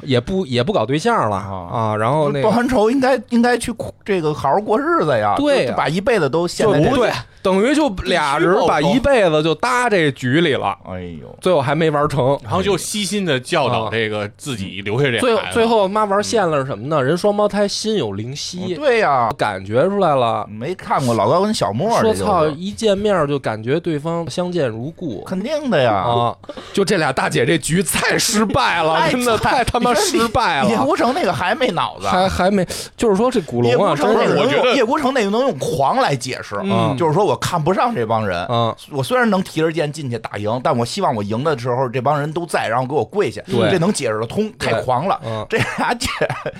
也不也不搞对象了啊。然后那报个完仇应该应该去哭这个好好过日子呀，对呀啊就把一辈子都陷在这对，等于就俩人把一辈子就搭这局里了，哎呦，最后还没玩成。然后就悉心的教导这个自己留下这哦最后孩子最后妈玩线了是什么呢？人双胞胎心有灵嗯犀，对呀，感觉出来了。没看过老高跟嗯小莫，说这就是操，一见面就感觉对方相见如故肯定的呀，啊！就这俩大姐这局太失败了，哎太真的太他妈失败叶了，孤城那个还没脑子，还还没就是说这古叶龙啊，孤真城那是个我能觉用得叶孤城那个能用狂来解释，嗯就是说我看不上这帮人。嗯啊，我虽然能提着剑进去打赢，但我希望我赢的时候这帮人都在，然后给我跪下，对这能解释得通，太狂了。嗯这俩姐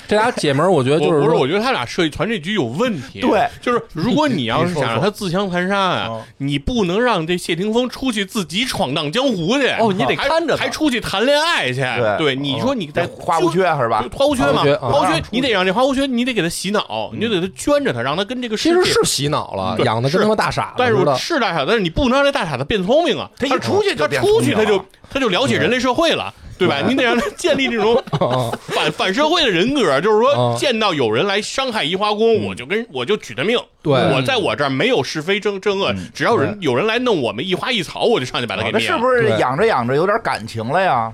这俩姐们儿，我觉得我呃就不是，我说，觉得他俩设计团这局有问题。对， 就是如果你要是想让他自相残杀嗯啊，你不能让这谢霆锋出去自己闯荡江湖去。哦你得还看着他还出去谈恋爱去。对对，你说你在花无缺是吧就？花无缺花嘛无缺，啊花无缺，你得让这花无缺，你得给他洗脑，你就得给他圈着他，让他跟这个世其实界是洗脑了，对养的跟是他妈大傻子但是似我的。是大傻子，但是你不能让这大傻子变聪明啊！他一出去就他变出去聪明他了就他就了解人类社会了，对吧？你得让他建立这种反反社会的人格，就是嗯说见到有人来伤害移花宫，我就跟我就取他命。对嗯我在我这儿没有是非正正恶，只要有人有人来弄我们一花一草，我就上去把他给哦那灭是了。不是对养着养着有点感情了呀？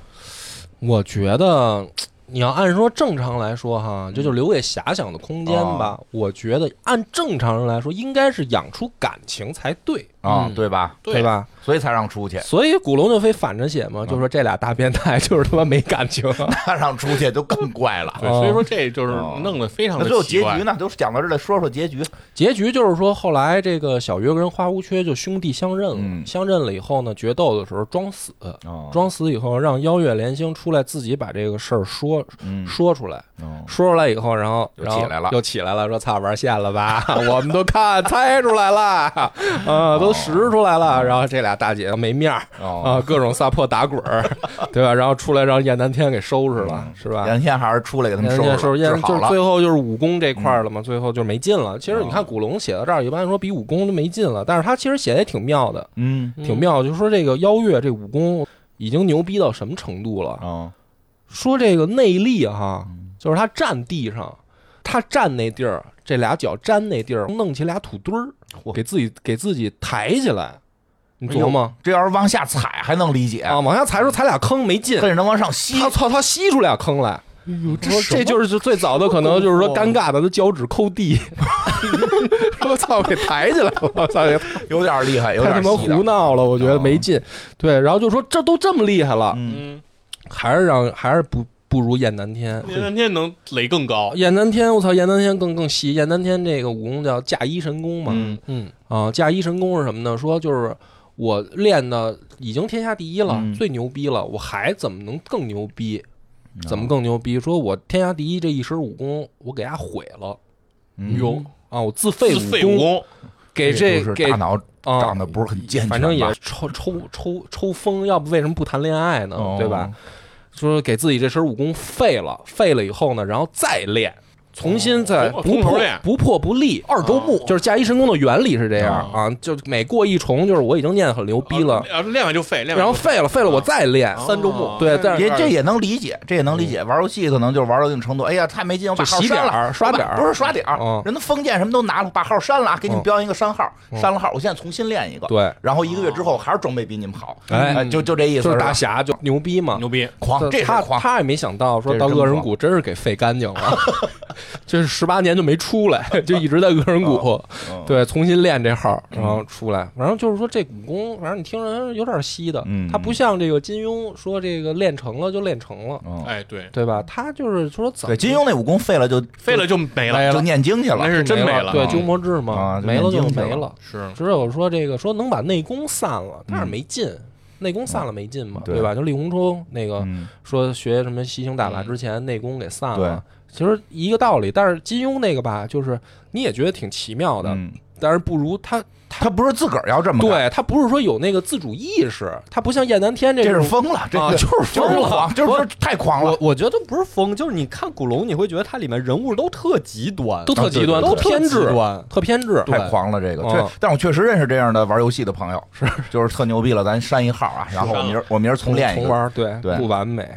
我觉得你要按说正常来说嗯哈，这就留给遐想的空间哦吧。我觉得按正常人来说，应该是养出感情才对，啊嗯，对嗯吧？对？吧？所以才让出去， 所以古龙就非反着写嘛，就说这俩大变态就是他妈没感 情。他让出去就更怪了。对，所以说这就是哦弄得非常那的最后结奇怪局。呢？都讲到这儿了，说说结局。结局就是说，后来这个小月跟花无缺就兄弟相认了，嗯相认了以后呢，决斗的时候装死，哦装死以后让邀月连星出来自己把这个事儿说、嗯说出来。哦说出来以后，然后又然后起来了又起来了，说：“操，玩线了吧？ 我们都看猜出来了， 啊、都识出来了。然后这俩大姐没面儿啊、哦，各种撒泼打滚 儿，对吧？然后出来让燕南天给收拾了，是吧？杨天还是出来给他们嗯收燕南啊天拾收了拾，燕治南就是好了。嗯哦最后就是武功这块儿了嘛，最后就没劲了。其实你看古龙写到这儿，一般说比武功都没劲了，但是他其实写的也挺妙的，嗯，挺妙。就说这个邀月这武功已经牛逼到什么程度了？哦，说这个内力哈，嗯就是他站地上，他站那地儿，这俩脚粘那地儿，弄起俩土堆儿，给自己给自己抬起来，你琢磨这要是往下踩还能理解，啊，往下踩出踩俩坑没劲但，是能往上吸他，哎操，他吸出俩坑来。说这就是最早的，可能就是说尴尬的，他脚趾抠 地，我操，给抬起来了，我操，也有点厉害，有太他点啊妈胡闹了，我觉得没劲。对，然后就说这都这么厉害了，嗯嗯，还是让还是不不如燕南天，那南天能垒更高，哦燕南天，我操，燕南天更更细。燕南天这个武功叫嫁衣神功嘛，嗯嗯啊，嫁衣神功是什么呢？说就是我练的已经天下第一了，嗯最牛逼了，我还怎么能更牛逼？嗯怎么更牛逼？说我天下第一这一身武功，我给它毁了，嗯哟啊，我自废自武废武功，给这这就是给大脑啊长，得不是很健全吧，反正也抽抽抽抽风，要不为什么不谈恋爱呢？哦对吧？说给自己这身武功废了，废了以后呢，然后再练。重新再哦不从头破练不破不立。二周目就是加一神功的原理是这样啊，就每过一重，就是我已经念得很牛逼了，啊，练完就废，练完然后废了废了我再练，三周目对但嗯也这也能理解，这也能理解。玩游戏可能就是玩到一定程度，哎呀，太没劲，我把就号洗删点儿了，刷我把点儿不是刷点儿嗯，人家封建什么都拿了，把号删了，啊给你们嗯标一个删号，删了号，我现在重新练一个，对，然后一个月之后还是装备比你们好，哎呃就就这意思，就是是吧大侠就牛逼嘛，牛逼，狂，这是他狂，他也没想到说到恶人谷真是给废干净了，就是十八年就没出来，就一直在恶人谷，嗯，对，重新练这号，然后出来，反正就是说这武功，反正你听着有点稀的嗯，他不像这个金庸说这个练成了就练成了，嗯哎，对，对吧？他就是说怎么对，金庸那武功废了就废了就没了，就念经去了那，是真没了，对，啊鸠摩智嘛啊，没了就就念经没去了了。嗯是只有说这个说能把内功散了，但是没劲，内功散了没劲嘛，对对吧？就令狐冲那个嗯说学什么吸星打法之前内功给散了对，其实一个道理。但是金庸那个吧，就是你也觉得挺奇妙的，嗯，但是不如他，他不是自个儿要这么干，对他不是说有那个自主意识，他不像燕南天这这种是疯了，这啊是就是就是疯了狂，就是太狂了我，我觉得不是疯，就是你看古龙，你会觉得它里面人物都特极端，都特极端，都啊特特偏极执，端特偏执。对太狂了，这个。嗯对，但我确实认识这样的玩游戏的朋友，是 就是特牛逼了，咱删一号啊，然后我明儿我明儿重练一重个，玩儿，对，对不完美。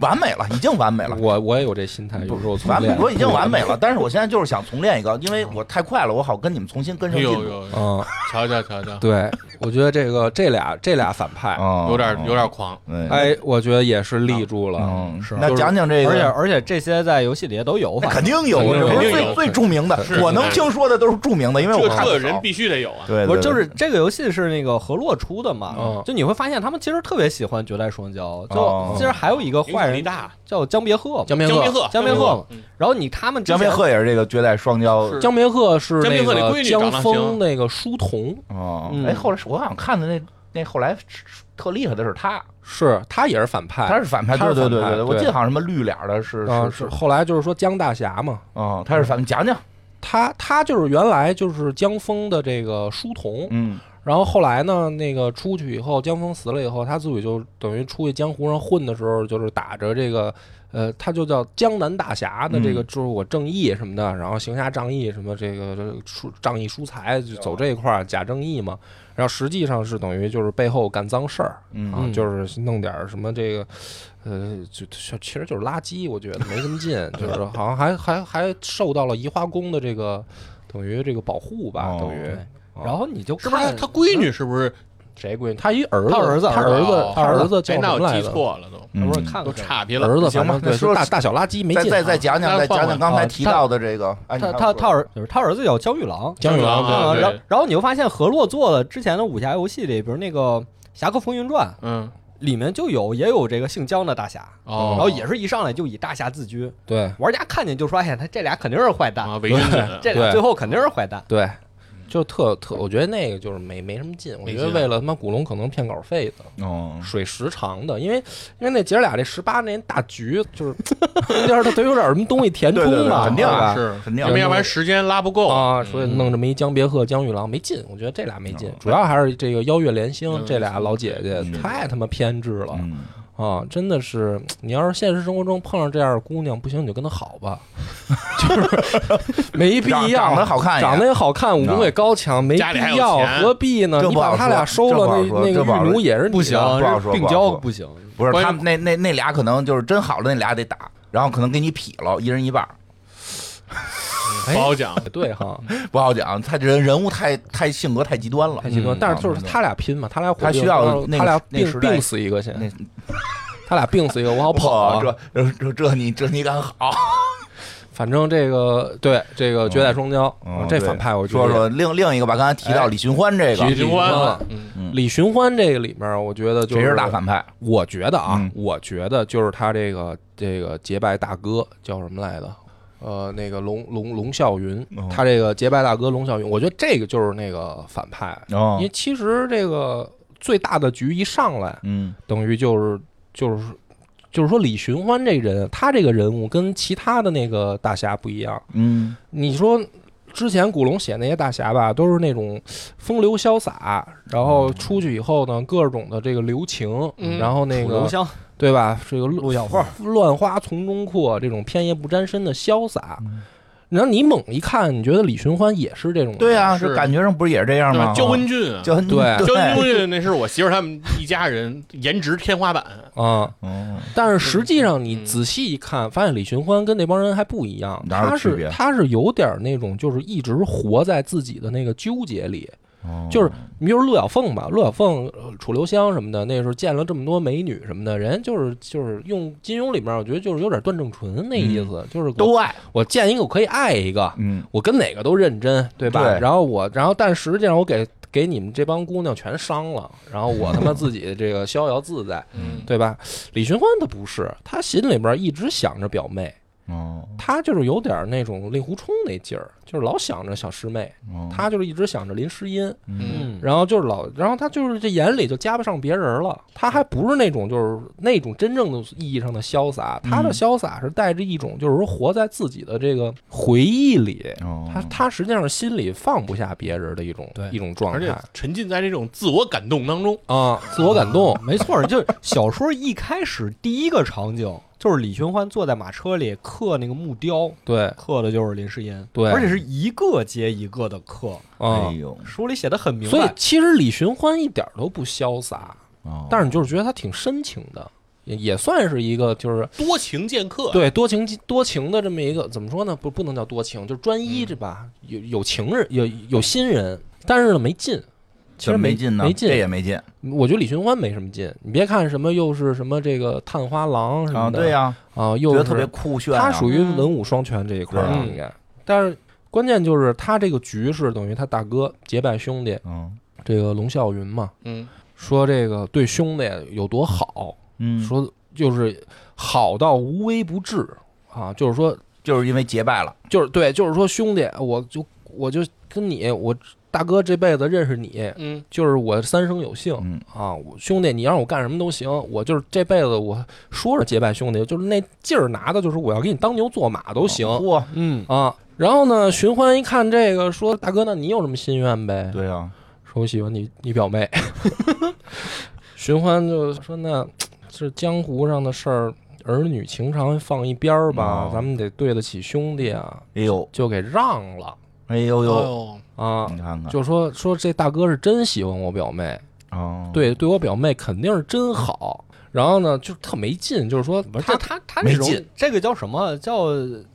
完美了，已经 完美了。我我也有这心态，有时候重完美练，我已经完美了，但是我现在就是想重练一个，因为我太快了，我好跟你们重新跟上有进有度。有，嗯，瞧瞧瞧瞧，对，我觉得这个这俩这俩反派，啊有点有点狂，哎，哎，我觉得也是立住了。嗯，是那就是讲讲这而且个，而且这些在游戏里也都有，那反肯正定有，肯定有这不是肯定最有最著名的是，我能听说的都是著名的，因为我这看这的人少。必须得有啊，对，不是，对就是对这个游戏是那个河洛出的嘛，嗯就你会发现他们其实特别喜欢绝代双骄，就哦其实还有一个影坏响力人大，叫江别鹤嘛，江边江鹤，别鹤，江别边鹤嘛嗯然后你他们之江前边鹤也是这个绝代双骄是江别鹤是那江别鹤那闺个女长得江行枫那个书童，哦嗯，哎，后来是我好像看的那那后来特厉害的是他，是他也是反派，哎他是反派，他对是对对反派对，我对记得好像什么绿脸儿的是啊是是是，后来就是说江大侠嘛，哦，他是反派，讲讲，他他就是原来就是江枫的这个书童，嗯然后后来呢，那个出去以后，江枫死了以后，他自己就等于出去江湖上混的时候，就是打着这个，呃，他就叫江南大侠的这个，嗯就是我正义什么的，然后行侠仗义什么这个这个书仗义疏财，就走这一块儿假正义嘛。然后实际上是等于就是背后干脏事儿啊，嗯，就是弄点儿什么这个，呃，就就其实就是垃圾，我觉得没什么 劲，就是好像还还还受到了移花宫的这个等于这个保护吧，哦等于对然后你就是不是他看嗯他闺女是不是？谁闺女？他一儿子，他儿子他儿子哦，他儿子叫哎，什那么我来记着？错了都，不是嗯看过都差评了。儿子，行反吧正对，那说大大小垃圾没再劲啊。再再讲那讲，再换讲换讲刚才啊提他到的这个，哎，他你还他不他儿就是他儿子叫焦裕郎，江玉郎啊啊，对然后然后你会发现河洛做了之前的武侠游戏里，比如那个《侠客风云传嗯，》里面就有也有这个姓江的大侠，哦，然后也是一上来就以大侠自居，对玩家看见就说，哎呀，他这俩肯定是坏蛋，啊，伪君子， 这俩对最后肯定是坏蛋。对，就特特，我觉得那个就是没没什么劲。我觉没得劲为了他妈古龙可能骗稿费的，哦，水时长的，因为因为那姐儿俩这十八年大局就是， 要是他得有点什么东西填对充对对嘛，肯定对吧啊是肯定要不要不然时间拉不够啊，所以弄这么一江别鹤、江玉郎没劲，我觉得这俩没劲，主要还是这个邀月连心这俩老姐姐嗯太他妈偏执了。嗯，啊，真的是，你要是现实生活中碰上这样的姑娘，不行你就跟她好吧， 就是没必长要，长得好啊看一点，长得也好看，武功也高强，没家里还必有要，钱何必呢？这你不好把他俩收说这不了，好那说那个这不好玉奴说也是不行，不好说病不好娇说不行。不是关他们那那那俩可能就是真好的那俩得打，然后可能给你劈了，一人一半儿，哎不好讲。也对哈，不好讲，他这人人物太太性格太极端了太，极端。嗯但是就是嗯他俩拼嘛，他俩火他并需要然后那他个俩那个病时代病死一个先那，他俩病死一个，我好跑啊。这这这这你这你敢好？反正这个对这个绝代双骄，啊嗯这对反派我觉说得说另另一个吧，刚才提哎到李寻欢这个徐已经关了，嗯，李寻欢这个里面，我觉得就谁是大反派？我觉得啊，嗯我觉得就是他这个这个结拜大哥叫什么来着？呃，那个龙龙龙啸云，哦他这个结拜大哥龙啸云，我觉得这个就是那个反派，哦因为其实这个最大的局一上来，嗯等于就是就是就是说李寻欢这人，他这个人物跟其他的那个大侠不一样。嗯你说之前古龙写那些大侠吧，都是那种风流潇洒，然后出去以后呢，各种的这个留情，嗯然后那楚个留香对吧？这个陆小凤乱花丛中阔，这种偏叶不沾身的潇洒。嗯然后你猛一看，你觉得李寻欢也是这种人？对啊，是这感觉上不是也是这样对吧？吗？哦焦恩俊啊，焦恩对焦恩对，俊那是我媳妇儿他们一家人颜值天花板，啊、嗯，但是实际上你嗯仔细一看，发现李寻欢跟那帮人还不一样，哪有他区别是他是有点儿那种就是一直活在自己的那个纠结里，哦就是你比如陆小凤吧，陆小凤、呃楚留香什么的，那时候见了这么多美女什么的，人就是就是用金庸里面，我觉得就是有点段正淳那意思，就是我嗯都爱，我见一个我可以爱一个，嗯，我跟哪个都认真，对吧？对然后我，然后但实际上我给给你们这帮姑娘全伤了，然后我他妈自己这个逍遥自 在，嗯，对吧？李寻欢他不是，他心里边一直想着表妹，哦，他就是有点那种令狐冲那劲儿，就是老想着小师妹，哦他就是一直想着林诗音，嗯嗯，然后就是老，然后他就是这眼里就加不上别人了，他还不是那种就是那种真正的意义上的潇洒，他的嗯潇洒是带着一种就是说活在自己的这个回忆里，哦他他实际上是心里放不下别人的一种对一种状而态且沉浸在这种自我感动当中，啊，自我感 哦动。 没错儿，就是小说一开始第一个场景就是李寻欢坐在马车里刻那个木雕，对，刻的就是林世音，对而且是一个接一个的刻，啊哎，呦，书里写的很明所以白。其实李寻欢一点都不潇洒，哦但是你就是觉得他挺深情的，也也算是一个就是多情剑客，，对多情多情的这么一个怎么说呢？不不能叫多情，就是专嗯一这吧，有有情人，有有心人，但是呢没劲。其实怎么没没劲呢，没这劲。也没劲我觉得李寻欢没什么劲。你别看什么又是什么这个探花郎什啊，么的，对呀、嗯啊，又是觉得特别酷炫、啊，他属于文武双全这一块儿啊嗯应该。但是关键就是他这个局势等于他大哥结拜兄弟，嗯这个龙啸云嘛，嗯，说这个对兄弟有多好，嗯，说就是好到无微不至啊，就是说就是因为结拜了，就是对，就是说兄弟，我就我就跟你我。大哥这辈子认识你，嗯，就是我三生有幸、嗯啊！我兄弟，你让我干什么都行，我就是这辈子我说是结拜兄弟，就是那劲儿拿的，就是我要给你当牛做马都行。哇，嗯，啊。然后呢，寻欢一看这个，说：“大哥，那你有什么心愿呗对呀、啊，？”说：“我喜欢你，你表妹。” 寻欢就说：“那这江湖上的事儿，儿女情长放一边儿吧哦，咱们得对得起兄弟啊。哎呦”，就给让了哎呦呦，哎呦，啊，嗯你看看，就说说这大哥是真喜欢我表妹，哦，，对对我表妹肯定是真好。然后呢，就特没劲，就是说不是他这他他没这种劲这个叫什么叫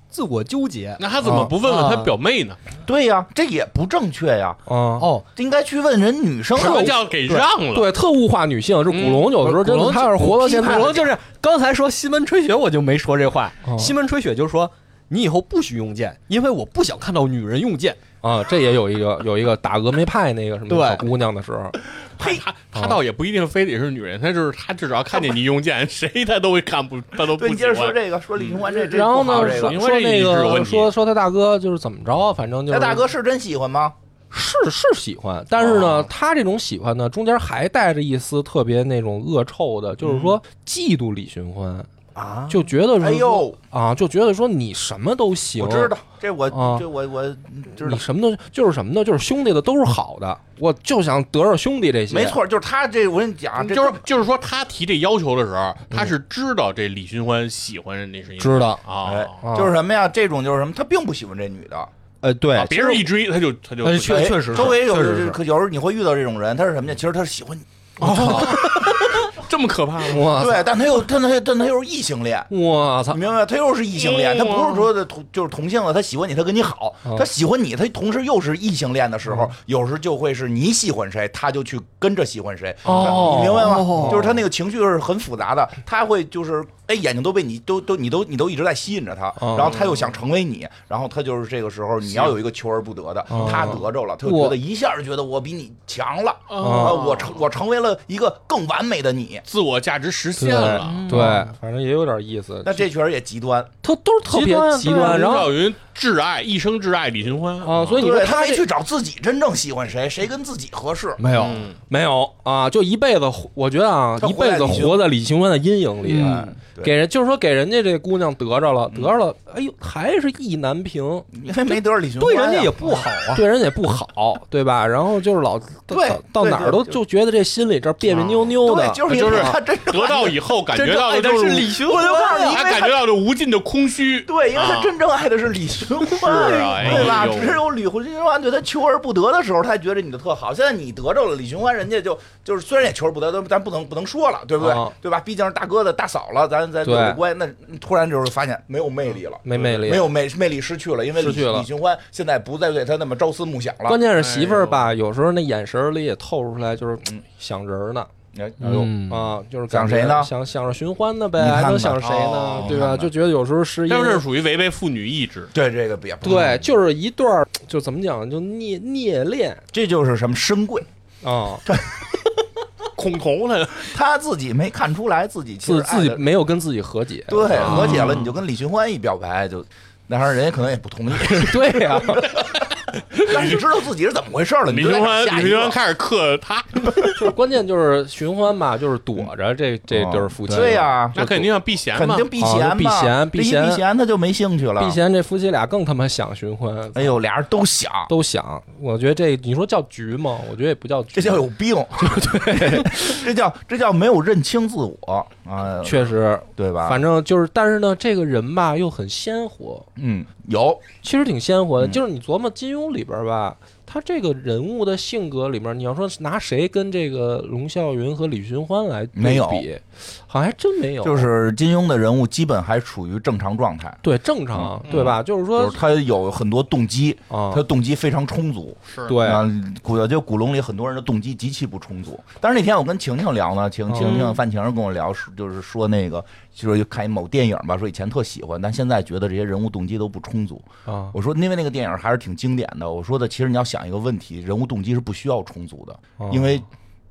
自我纠结？嗯那他怎么不问问他表妹呢？对呀、这也不正确呀、啊，哦，应该去问人女生什啊么。叫给让了？对特物化女性，这古龙有的时候嗯真古的，龙他要是活到现古在，龙就是刚才说西门吹雪，我就没说这话。哦西门吹雪就说你以后不许用剑，因为我不想看到女人用剑。啊，这也有一个有一个打峨眉派那个什么对小姑娘的时候，他他他倒也不一定非得是女人，他就是他只要看见你用剑，谁他都会看不，他都不对，你喜接着说欢。这个，说李寻欢这这嗯然后不好呢这说个，因为说这那一直有个问题说说他大哥就是怎么着，反正就他是大哥哦是真喜欢吗？是是喜欢，但是呢，他这种喜欢呢，中间还带着一丝特别那种恶臭的，就是说嫉妒李寻欢，啊，就觉得嗯哎是说呦，啊，就觉得说你什么都行，我知道，这我啊这我我知道你，什么都就是什么呢？就是兄弟的都是好的，我就想得着兄弟这些，没，错，就是他这我跟你嗯讲，啊这啊就是就是说，他提这要求的时候，他是知道这李寻欢喜欢那是因为知道。哎啊，啊就是什么呀？这种就是什么？他并不喜欢这女的，呃，对哎啊别人一追他就他就呃不确行哎实是周围有确实是可有时候你会遇到这种人，他是什么呀？其实他是喜欢你，这么可怕吗？我对，但他又但他但他又是异性恋，啊我操你，明白吗？他又是异性恋，嗯他不是说的同就是同性的，他喜欢你，他跟你好，嗯他喜欢你，他同时又是异性恋的时候，有时就会是你喜欢谁，他就去跟着喜欢谁，哦你明白哦吗？就是他那个情绪是很复杂的，他会就是哎眼睛都被你都都你都你都一直在吸引着他，嗯然后他又想成为你，然后他就是这个时候你要有一个求而不得的，哦他得着了，他就觉得一下就觉得我比你强了，啊，哦我成我成为了一个更完美的你，自我价值实现了。嗯啊对，反正也有点意思。那这确实也极端，特都是特别极端极对端，然啊吴后少云挚爱一生挚爱李寻欢啊，所以你说对他没这去找自己真正喜欢谁，谁跟自己合适。没有嗯没有啊，就一辈子活，我觉得啊，他一活辈在子李寻哎活在李寻欢的阴影里，嗯对给人就是说给人家这姑娘得着了，得着了，哎呦，还是意难平，因为没得李寻欢对呀人家也不好啊。对人也不好，对吧？然后就是老到哎 对到到对哪儿都对啊就觉得这心里这别别扭扭的对，，就是就因为是他真正得到以后感觉到的真正爱的就是是李寻我欢就告诉你，因他为感觉到的无尽的空虚。对，因为他啊真正爱的是李寻欢，是啊哎对吧？呦只有李寻欢对他求而不得的时候，他觉得你的特好。现在你得着了李寻欢，人家就就是虽然也求而不得，但咱不能不能说了，对不对？啊对吧？毕竟是大哥的大嫂了，咱咱对嗯有个关，那突然就是发现没有魅力了，没魅力没有魅魅力失去了，因为失李去了李寻欢现在不再对他那么朝思暮想了关。键是媳妇儿吧，有时候那眼神里也透出来，就是哎嗯想人儿呢哎哎呦嗯啊，就是想谁呢感觉想想着寻欢呢呗，你看还吧能想谁呢哦？对你吧？看吧就觉得有时候是因但是为这属于违背妇女意志， 对这个也不对，，就是一段儿就怎么讲，就孽孽恋这就是什么深贵，啊，恐同了。他自己没看出来自己其自实爱自己的没有跟自己和解，对啊和解了，你就跟李寻欢一表白就。当然，人家可能也不同意， 对呀，但是你知道自己是怎么回事了。李你就寻欢，在想下李一个寻欢开始克 他，就是关键就是寻欢吧，就是躲着这这对儿夫妻，哦对呀，那肯定要避嫌肯嘛。定避嫌嘛，啊避嫌这避一嫌避嫌他就没兴趣了。避，嫌这夫妻俩更他妈想寻欢，哎呦，俩人都想，都想，我觉得这你说叫局吗？我觉得也不叫局，这叫有 病，对，这叫这叫没有认清自我啊，确实，对吧？反正就是，但是呢，这个人吧又很鲜活，嗯，有其实挺鲜活的。嗯就是你琢磨金庸里边吧，他这个人物的性格里面，你要说拿谁跟这个龙啸云和李寻欢来对没有比，好像还真没有，就是金庸的人物基本还处于正常状态，对正常，对吧？就是说嗯就是他有很多动机，啊他，动机非常充足，是对啊，古我觉得古龙里很多人的动机极其不充足。但是那天我跟晴晴聊呢，晴晴晴嗯范晴儿跟我聊，说就是说那个就是看某电影吧，说以前特喜欢，但现在觉得这些人物动机都不充足。啊，我说因为那个电影还是挺经典的。我说的其实你要想一个问题，人物动机是不需要充足的，啊因为。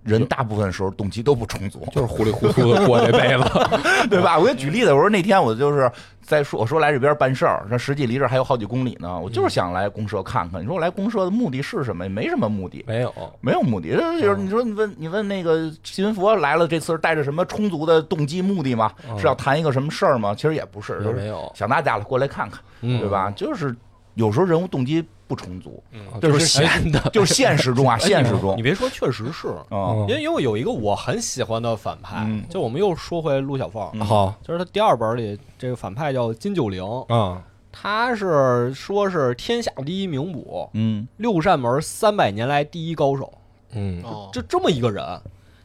人大部分时候动机都不充足，哦就是糊里糊涂的过这辈子， 对啊吧？我给你举例子，我说那天我就是在说，我说来这边办事儿，那实际离这儿还有好几公里呢，我嗯就是想来公社看看。你说我来公社的目的是什么？也没什么目的， 没有。没有目的，哦就是你说你问你问那个秦佛来了这次是带着什么充足的动机目的吗？嗯是要谈一个什么事儿吗？其实也不是，也就没是有，想大家了过来看看，嗯对吧？就是有时候人物动机不充足，啊就是闲的，哦就是现实 中啊，哎现 实你中别说，确实是，嗯啊，因为因为有一个我很喜欢的反派，嗯就我们又说回陆小凤，好就是他第二本里这个反派叫金九龄，啊，他是说是天下第一名捕，嗯，，六扇门三百年来第一高手，嗯哦就这么一个人。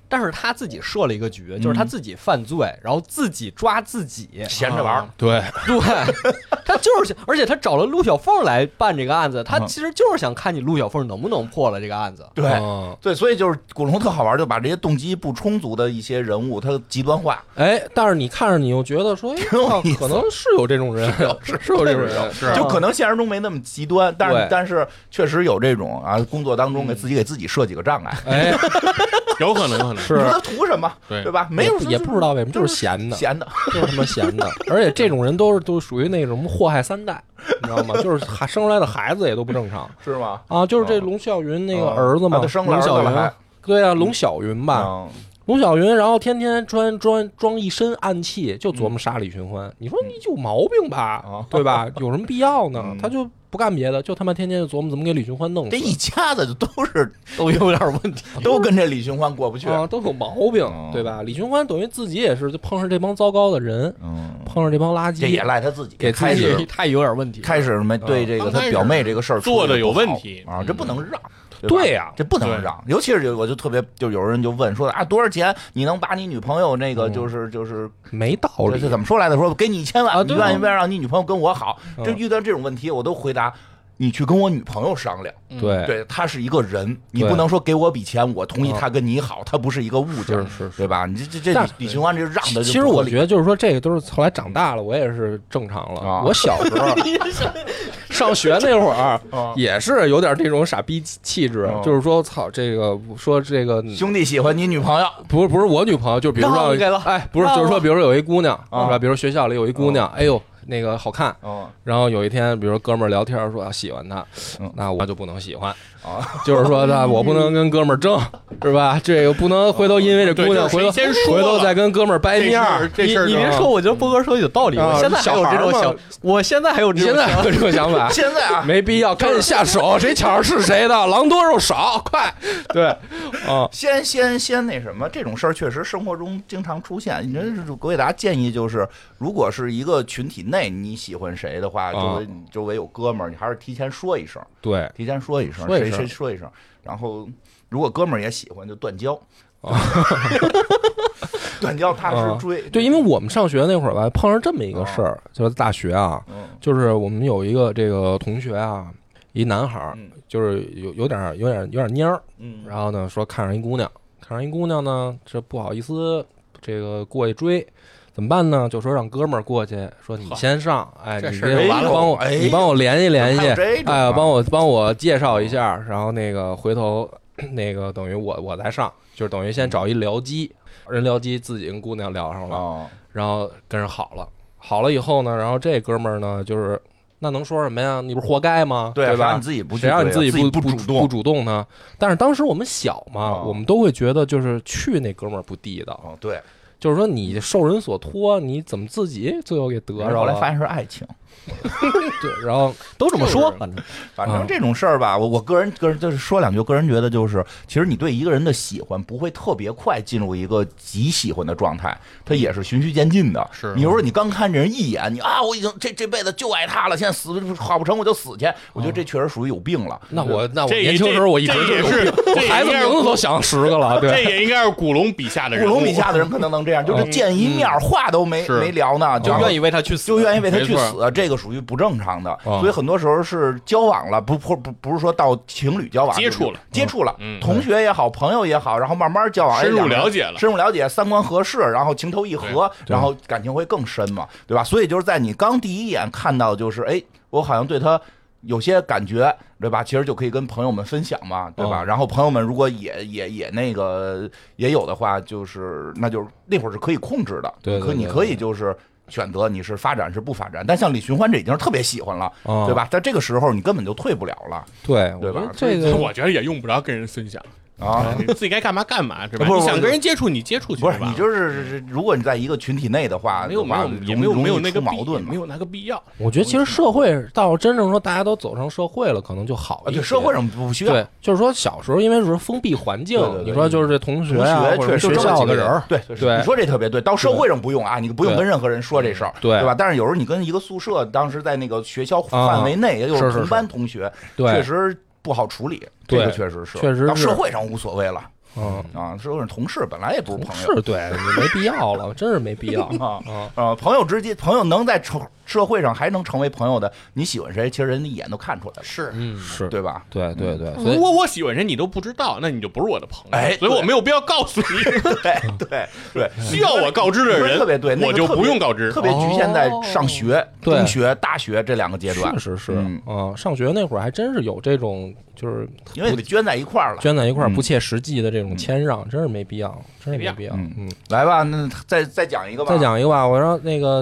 但是他自己设了一个局，就是他自己犯罪，然后自己抓自己闲着玩儿，对，对， 他就是想，而且他找了陆小凤来办这个案子，他嗯其实就是想看你陆小凤能不能破了这个案子。对。嗯对，所以就是古龙特好玩，就把这些动机不充足的一些人物，他极端化。哎，但是你看着你又觉得说，哎，操意思可能是有这种人， 是是有这种人，是啊就可能现实中没那么极端，但对嗯是但是确实有这种啊，工作当中给自己给自己设几个障碍，哎，有可能，有可能是你说他图什么？对对吧？没有也也不知道为什么，就就是是闲的，闲的，就是他妈闲 的，而且这种人都是都属于那种祸害三代，你知道吗？就是还生出来的孩子也都不正常是吗？啊，就是这龙啸云那个嗯儿子嘛，啊他生了龙儿子小了云还。对啊，龙小云吧，嗯龙小云，然后天天穿装装一身暗器，就琢磨杀李寻欢。你说你有毛病吧啊，对吧？有什么必要呢嗯？他就不干别的，就他妈天天就琢磨怎么给李寻欢弄死这。一家子就都 是都有点问题。都跟这李寻欢过不去。啊，都有毛病嗯，对吧？李寻欢等于自己也是就碰上这帮糟糕的人，嗯，碰上这帮垃圾，这也赖他自己。给自开己嗯始他也有点问题。开始没对这个刚开他始表妹这个事儿做得有处理不问好题啊，嗯这不能让。吧对啊呀这不能对让，尤其是有我就特别，就有人就问说啊，多少钱你能把你女朋友那个嗯就是就是没道这理这。怎么说来的？说给你一千万，啊你对啊愿不愿意让你女朋友跟我好？嗯这遇到这种问题，我都回答。你去跟我女朋友商量，嗯对，对，她是一个人，你对不能说给我笔钱，我同意嗯她跟你好，她不是一个物件，是是是对吧？你这这这但李李寻欢这让的就其实不合我理 觉得就是说，这个都是后来长大了，我也是正常了啊。我 小时候上学那会儿 啊也是有点这种傻逼气质啊，就是说，操，这个说这个兄弟喜欢你女朋友，不是不是我女朋友，就比如让说给了，哎，不是，让就是说，了比如说有一姑娘，啊是吧？比如学校里有一姑娘，哎呦，那个好看。哦然后有一天，比如哥们儿聊天说啊喜欢他嗯，那我就不能喜欢，哦，？就是说那我不能跟哥们儿争，是吧？这个不能回头因为这对姑就娘是谁回头先说回头了再跟哥们儿掰这面事儿儿。这事儿你你别就说，我觉得波哥说的有道理。啊我现在还有这种小孩想嘛，我现在还有你这现种在想有这种想法现在啊，没必要，赶紧下手，谁抢着是谁的，狼多肉少，快！对，啊，先先先那什么，这种事儿确实生活中经常出现。你嗯这我给大家建议就是，如果是一个群体内你喜欢谁的话，周围嗯周围有哥们儿，你还是提前说一声，对，提前说一声，说一谁声谁说一声。然后如果哥们儿也喜欢，就断交。哦 断交踏实追，对，因为我们上学那会儿吧，碰上这么一个事哦儿，就是大学啊，嗯就是我们有一个这个同学啊，一男孩儿嗯，就是有有点儿有点儿有点儿蔫儿，嗯，然后呢说看上一姑娘，看上一姑娘呢，这不好意思，这个过去追。怎么办呢？就说让哥们儿过去，说你呵先上，哎，这你事儿就别完了帮我，哎你帮我联系联还系有，这种哎，啊帮我帮我介绍一下，然后那个回头那个等于我我再上，就是等于先找一聊机，人聊机自己跟姑娘聊上了，哦，然后跟人好了，好了以后呢，然后这哥们儿呢就是那能说什么呀？你不是活该吗？对对谁吧让你？自己不去谁让你追己啊己不主不动？主动呢？但是当时我们小嘛，哦我们都会觉得就是去那哥们儿不地道，哦，对，就是说你受人所托，你怎么自己最后给得着了？后来发现是爱情。 对，然后都这么说，就是反正反正这种事儿吧，我我个人个人就是说两句，个人觉得就是，其实你对一个人的喜欢不会特别快进入一个极喜欢的状态，它也是循序渐进的。是你比如说你刚看这人一眼，你啊，我已经这这辈子就爱他了，现在死好不成我就死去，我觉得这确实属于有病了。那我那我这年轻时候我一直这就也有是我这也孩子应该是名字都想十个了，这对，也应该是古龙笔下的人古物，龙笔下的人可能能这样，就是见一面话都没是没聊呢，啊就愿意。意为他去死，就愿意为他去没错啊死，啊这个属于不正常的，哦所以很多时候是交往了，不不不不是说到情侣交往，接触了，接触了，嗯同学也好，朋友也好，然后慢慢交往，哎深入两个人了解了深入了解，三观合适，然后情投意合，然后感情会更深嘛，对吧？所以就是在你刚第一眼看到，就是哎，我好像对他。有些感觉，对吧？其实就可以跟朋友们分享嘛，对吧？哦然后朋友们如果也也也那个也有的话，就是那就是那会儿是可以控制的，对对可你对可以就是选择你是发展是不发展。但像李寻欢这已经是特别喜欢了，哦对吧？在这个时候你根本就退不了了对对吧我觉得这个 我觉得也用不着跟人分享， 啊。你自己该干嘛干嘛，对吧？不是你想不跟是人接触，你接触去不是吧你就是，如果你在一个群体内的话，没有的没话有容易也没有容易没有那个出必矛盾没嘛。有那个必要。我觉得其实社会到真正说大家都走上社会了，可能就好啊，一些。对，社会上不需要对，就是说小时候因为是封闭环境对对，对你说就是这同学同啊，学或者确实学这么校几的个人儿，对对你说这特别对。到社会上不用啊，你不用对跟任何人说这事儿，对对吧？但是有时候你跟一个宿舍，当时在那个学校啊范围内，也有是是同班同学，对，确实不好处理。这对个确实是，确实是到社会上无所谓了嗯，啊，社会上同事本来也不嗯是朋友是对，你没必要了，真是没必 要啊。嗯啊。啊，朋友之间，朋友能在成社会上还能成为朋友的，你喜欢谁，其实人家一眼都看出来了，是，嗯，是，对 吧？ 对对对，所如以果我喜欢人你都不知道，那你就不是我的朋友，哎所以我对没有必要 告诉你对对对，嗯需要我告知的不是人，特别对，那个我就特别不用告知特。别局限在上学、对中学、大学这两个阶段确，实是嗯啊，上学那会儿还真是有这种，就是因为你捐在一块儿了。捐在一块儿嗯不切实际的这种谦让，真是没必要，真是没必要。嗯嗯，来吧，那再再讲一个吧，再讲一个吧，我说那个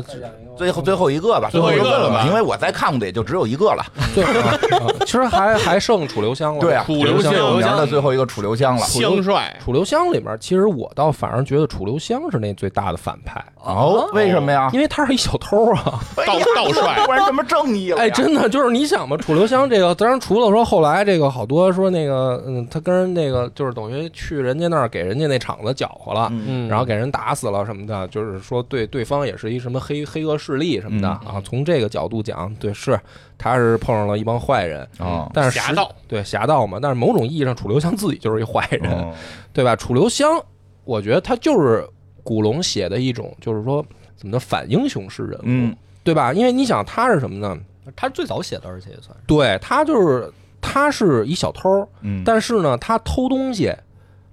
最后最后一个吧，最后一个了吧因为我再看过的也就只有一个了。对，啊啊其实还还剩楚留香了。对啊，楚留香最有名的最后一个楚留 香了。香帅，楚留香里面，其实我倒反而觉得楚留香是那最大的反派，哦，为什么呀？因为他是一小偷啊。道哎呀道帅突然这么正义了呀？哎，真的就是你想吧，楚留香这个，当然除了说后来这个好多说那个，嗯，他跟人那个就是等于去人家那儿给人家那厂子搅和了，嗯然后给人打死了什么的，就是说对对方也是一什么黑黑恶势力什么的、嗯啊。从这个角度讲，对，是他是碰上了一帮坏人，哦但是侠实盗对侠盗嘛，但是某种意义上楚留香自己就是一坏人，哦对吧？楚留香，我觉得他就是古龙写的一种，就是说怎么的反英雄式人物，嗯对吧？因为你想他是什么呢？他是最早写的，而且也算是对他就是他是一小偷，嗯，但是呢，他偷东西，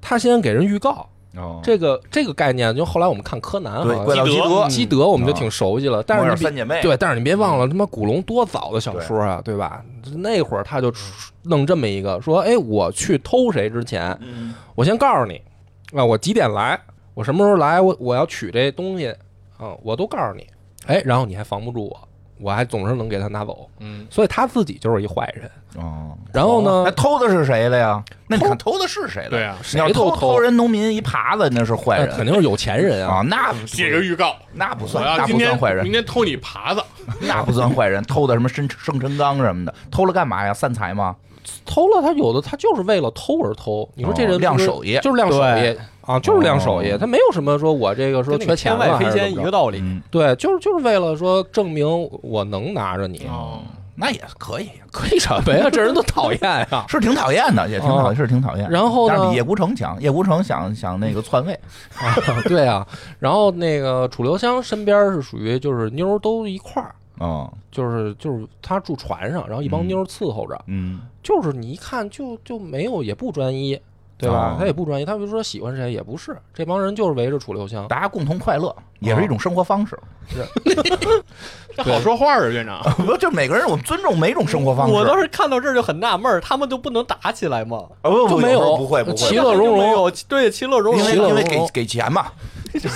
他先给人预告，哦这个这个概念，就后来我们看柯南对，怪哈，盗基基德基啊德我们就挺熟悉了，但嗯啊摩是尔你别三姐妹嗯对，但是你别忘了，他妈古龙多早的小说啊，对吧？那会儿他就弄这么一个说，哎，我去偷谁之前，嗯我先告诉你，啊，我几点来，我什么时候来，我我要取这东西，啊，我都告诉你，哎，然后你还防不住我，我还总是能给他拿走。嗯，所以他自己就是一坏人。哦，然后那呢，偷的是谁的呀？那你看偷的是谁的？对啊，你要谁都偷偷人农民一耙子，那是坏那人呃肯定是有钱人啊。啊，那不写个预告，那不我算，要那今不天算坏人明，天偷你耙子， 那不算坏人，偷的什么生生辰纲什么的，偷了干嘛呀？散财吗？偷了他有的他就是为了偷而偷。你说这人哦亮就是手艺就是亮手艺啊，就是亮手艺，哦他没有什么说我这个说跟那个缺钱天外了还飞是怎仙么一着个道理。嗯，对，就是就是为了说证明我能拿着你，哦，那也可以，可以什么呀？这人多讨厌呀！ 是挺讨厌的，也挺讨，哦是挺讨厌。然后呢但是比叶孤城强，叶孤城想想那个篡位，啊， 对啊。然后那个楚留香身边是属于就是妞儿都一块儿，哦，就是就是他住船上，然后一帮嗯妞儿伺候着，嗯，就是你一看就就没有也不专一，对哦吧？他也不专一，他比如说喜欢谁也不是，这帮人就是围着楚留香。大家共同快乐也是一哦种生活方式， 这好说话啊，院长。不就每个人我们尊重每种生活方式。我当时看到这儿就很纳闷儿，他们就不能打起来吗？啊不不就没有时候有不会不其会乐，融融没有，对，其乐融因融，为其乐因为融给融给钱嘛， 什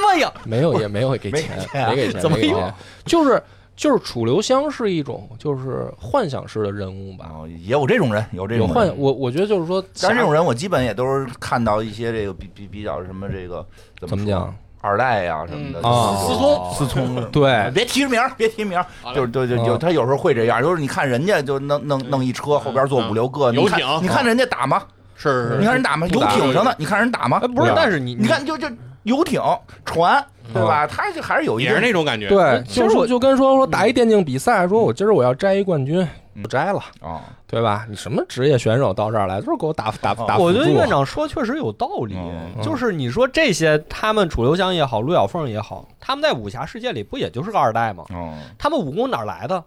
么呀？没有也没有给没钱给钱，啊没给钱，怎么没给有钱就是就是楚留香是一种就是幻想式的人物吧。哦，也有这种人，有这有种幻人想，。我我觉得就是说，但是这种人，我基本也都是看到一些这个比比比较什么这个怎怎么么讲说？二代呀什么的，嗯啊就是思聪思聪是吧，对别提名儿，别提名儿，嘞就是对对嗯有他有时候会这样，就是你看人家就弄弄弄一车，后边坐五六个，嗯你看游艇你看人家打嗯吗？是是你是，看人打吗？不游打艇上的，你看人打吗哎，？不是，对啊但是你你看就就游艇、船，对嗯吧？他就还是有一也是定那种感觉。对，其实就是我就跟说说打一电竞比赛，说我今儿我要摘一冠军，嗯不摘了，哦，对吧？你什么职业选手到这儿来，都是给我打打哦打辅助。啊我觉得院长说确实有道理，嗯就是你说这些，他们楚留香也好，陆小凤也好，他们在武侠世界里不也就是个二代吗？哦，嗯他们武功哪儿来的？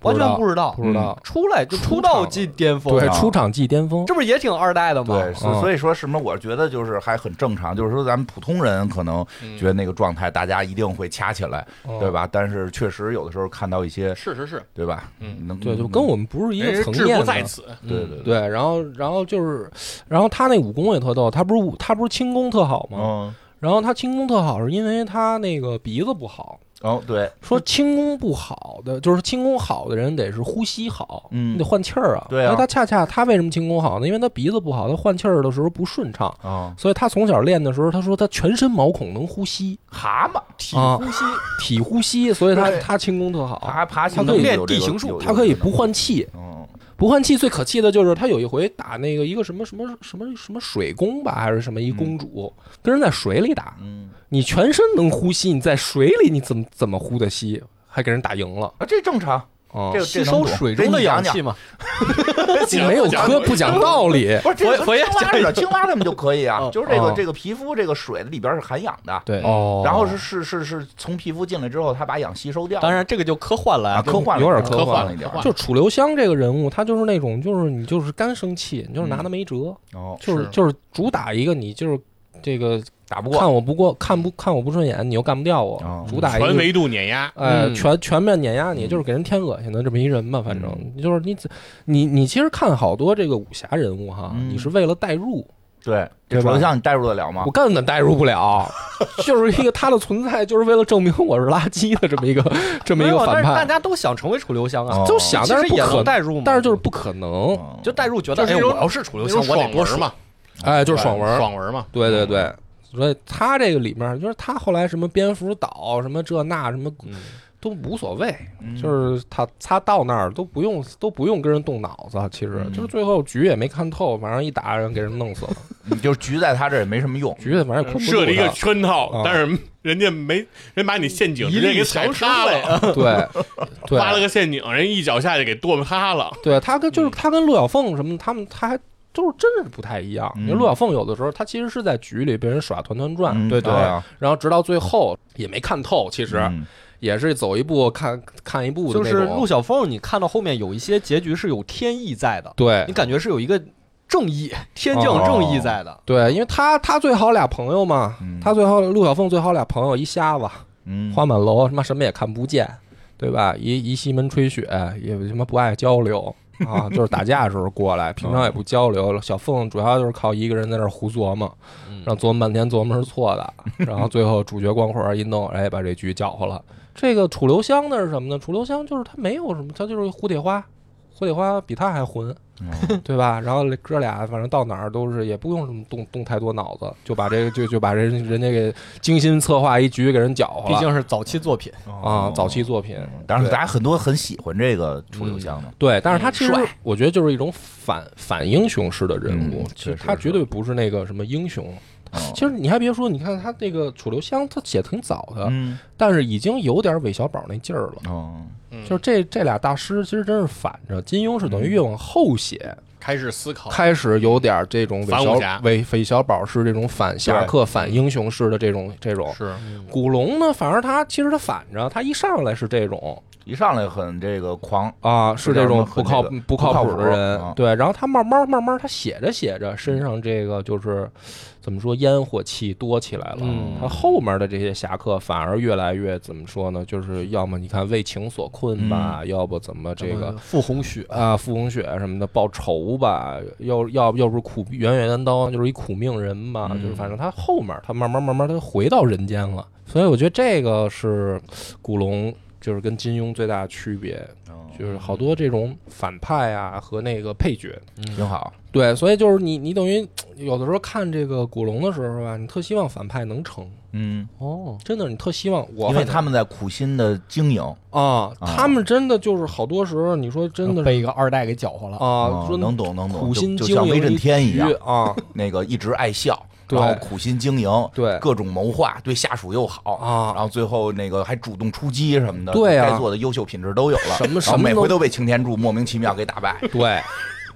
不完知道全不知道，不知道，出来就出出场道了即巅峰，对啊出场即巅峰，这不是也挺二代的吗？对，所嗯所以说什么？我觉得就是还很正常，就是说咱们普通人可能嗯觉得那个状态，大家一定会掐起来，对对？吧？但是确实有的时候看到一些，嗯是是是，对吧？嗯能对，就跟我们不是一个人层志面不的。在此，对对对，对，然后然后就是，然后他那武功也特逗，他不是武他不是轻功特好吗？嗯，然后他轻功特好是因为他那个鼻子不好。哦，对说轻功不好的，就是轻功好的人得是呼吸好，嗯你得换气儿啊。对啊那他恰恰他为什么轻功好呢？因为他鼻子不好，他换气儿的时候不顺畅，哦，所以他从小练的时候，他说他全身毛孔能呼吸，蛤蟆体啊呼吸，体呼吸，所以他对他轻功特好，爬爬行它能可以力练有这地个形术有他可以不，换气，有这个嗯能力不换气最可气的就是他有一回打那个一个什么什么什么什么水宫吧，还是什么一公主，嗯跟人在水里打，嗯嗯，你全身能呼吸，你在水里你怎么怎么呼的吸，还给人打赢了啊，这正常， 啊这！个吸收水中的氧气嘛。你没有科不讲道理，不是这个佛爷跟青蛙似的，青蛙它们就可以啊，嗯就是这个 哦这个皮肤这个水里边是含氧的，对哦然后是是是是从皮肤进来之后，它把氧吸收掉，当然，这个就科幻了啊，啊，科幻了有点一科幻了一点科，幻就楚留香这个人物，他就是那种就是你就是干生气，你就是拿他没辙，哦，嗯就是是就是主打一个你就是这个打不过，看我不过看不看我不顺眼，你又干不掉我，哦主打一个全维度碾压，呃，嗯全全面碾压你，嗯就是给人添恶心的这么一人吧。反正嗯就是你怎，你你其实看好多这个武侠人物哈，嗯你是为了代入，对，对这吧长相你代入得了吗我？根本代入不了， 就是一个他的存在就是为了证明我是垃圾的这么 一个这么一个有，但反是大派，家都想成为楚留香啊哦，就想其但实是不也能可，代入嘛，但是就是不可能，嗯就代入觉得，就是哎，那种我要是楚留那香种，我得爽多文嘛，哎，就是爽嗯文，爽文嘛，对对对。所以他这个里面，就是他后来什么蝙蝠岛什么这那什么嗯都无所谓，嗯就是他他到那儿都不用都不用跟人动脑子，其实嗯就是最后局也没看透，反正一打人给人弄死了，你就是局在他这儿也没什么用，局反正也困不住设了一个他圈套啊，但是人家没人把你陷阱一直接粒给降踩生塌了，了，对挖了 对个陷阱，人一脚下去给跺趴了。对，他跟嗯就是他跟陆小凤什么，他们他还就是真是不太一样。嗯因为陆小凤有的时候他其实是在局里被人耍团团转，嗯对啊啊，然后直到最后也没看透，其实嗯也是走一步看看一步的就那是陆种。小凤，你看到后面有一些结局是有天意在的，对你，感觉是有一个正义、天降正义在的。对，因为他他最好俩朋友嘛，嗯他最好陆小凤最好俩朋友一瞎子，嗯，花满楼他妈什么也看不见，对吧？一一西门吹雪也他妈不爱交流啊，就是打架的时候过来，平常也不交流。小凤主要就是靠一个人在那儿胡琢磨，嗯 然后琢磨半天琢磨是错的，然后最后主角光环一弄，哎，把这局搅和了。这个楚留香的是什么呢？楚留香就是他没有什么，他就是蝴蝶花，蝴蝶花比他还混，哦对吧？然后哥俩反正到哪儿都是也不用什么动动太多脑子，就把这个就就把人人家给精心策划一局给人搅和毕了。竟是早期作品，啊、早期作品，当然，对大家很多很喜欢这个楚留香的，对，但是他其实帅我觉得就是一种反反英雄式的人物嗯，其实确实他是绝对不是那个什么英雄。嗯其实你还别说，你看他那个楚留香，他写得挺早的，嗯，但是已经有点韦小宝那劲儿了。哦，嗯就是这这俩大师其实真是反着，金庸是等于越往后写，开始 思考，开始有点这种韦哦反武侠小韦韦小宝式这种反侠客、反英雄式的这种这种。是古龙呢，反而他其实他反着，他一上来是这种一上来很这个狂，啊，是这这种样不很靠这个不靠不靠谱谱的人，啊对。然后他慢慢慢慢，他写着写着，身上这个就是怎么说烟火气多起来了。嗯他后面的这些侠客反而越来越怎么说呢？就是要么你看为情所困吧，嗯要不怎么这个傅红雪，啊，傅红雪什么的报仇吧，要要要不是苦圆圆单刀，就是一苦命人嘛，嗯就是反正他后面他慢慢慢慢他回到人间了，所以我觉得这个是古龙就是跟金庸最大的区别，嗯就是好多这种反派啊和那个配角，挺好，对，所以就是你你等于有的时候看这个古龙的时候吧，你特希望反派能成，嗯，哦，真的你特希望我因为反正他们在苦心的经营，啊，啊他们真的就是好多时候你说真的是被一个二代给搅和了。啊哦，说能懂能懂，苦就心就经像营威震一天一局样， 啊，那个一直爱笑，对然后苦心经营，对各种谋划，对下属又好啊然后最后那个还主动出击什么的，对啊该做的优秀品质都有了，什么然后什么每都回都被擎天柱莫名其妙给打败。对，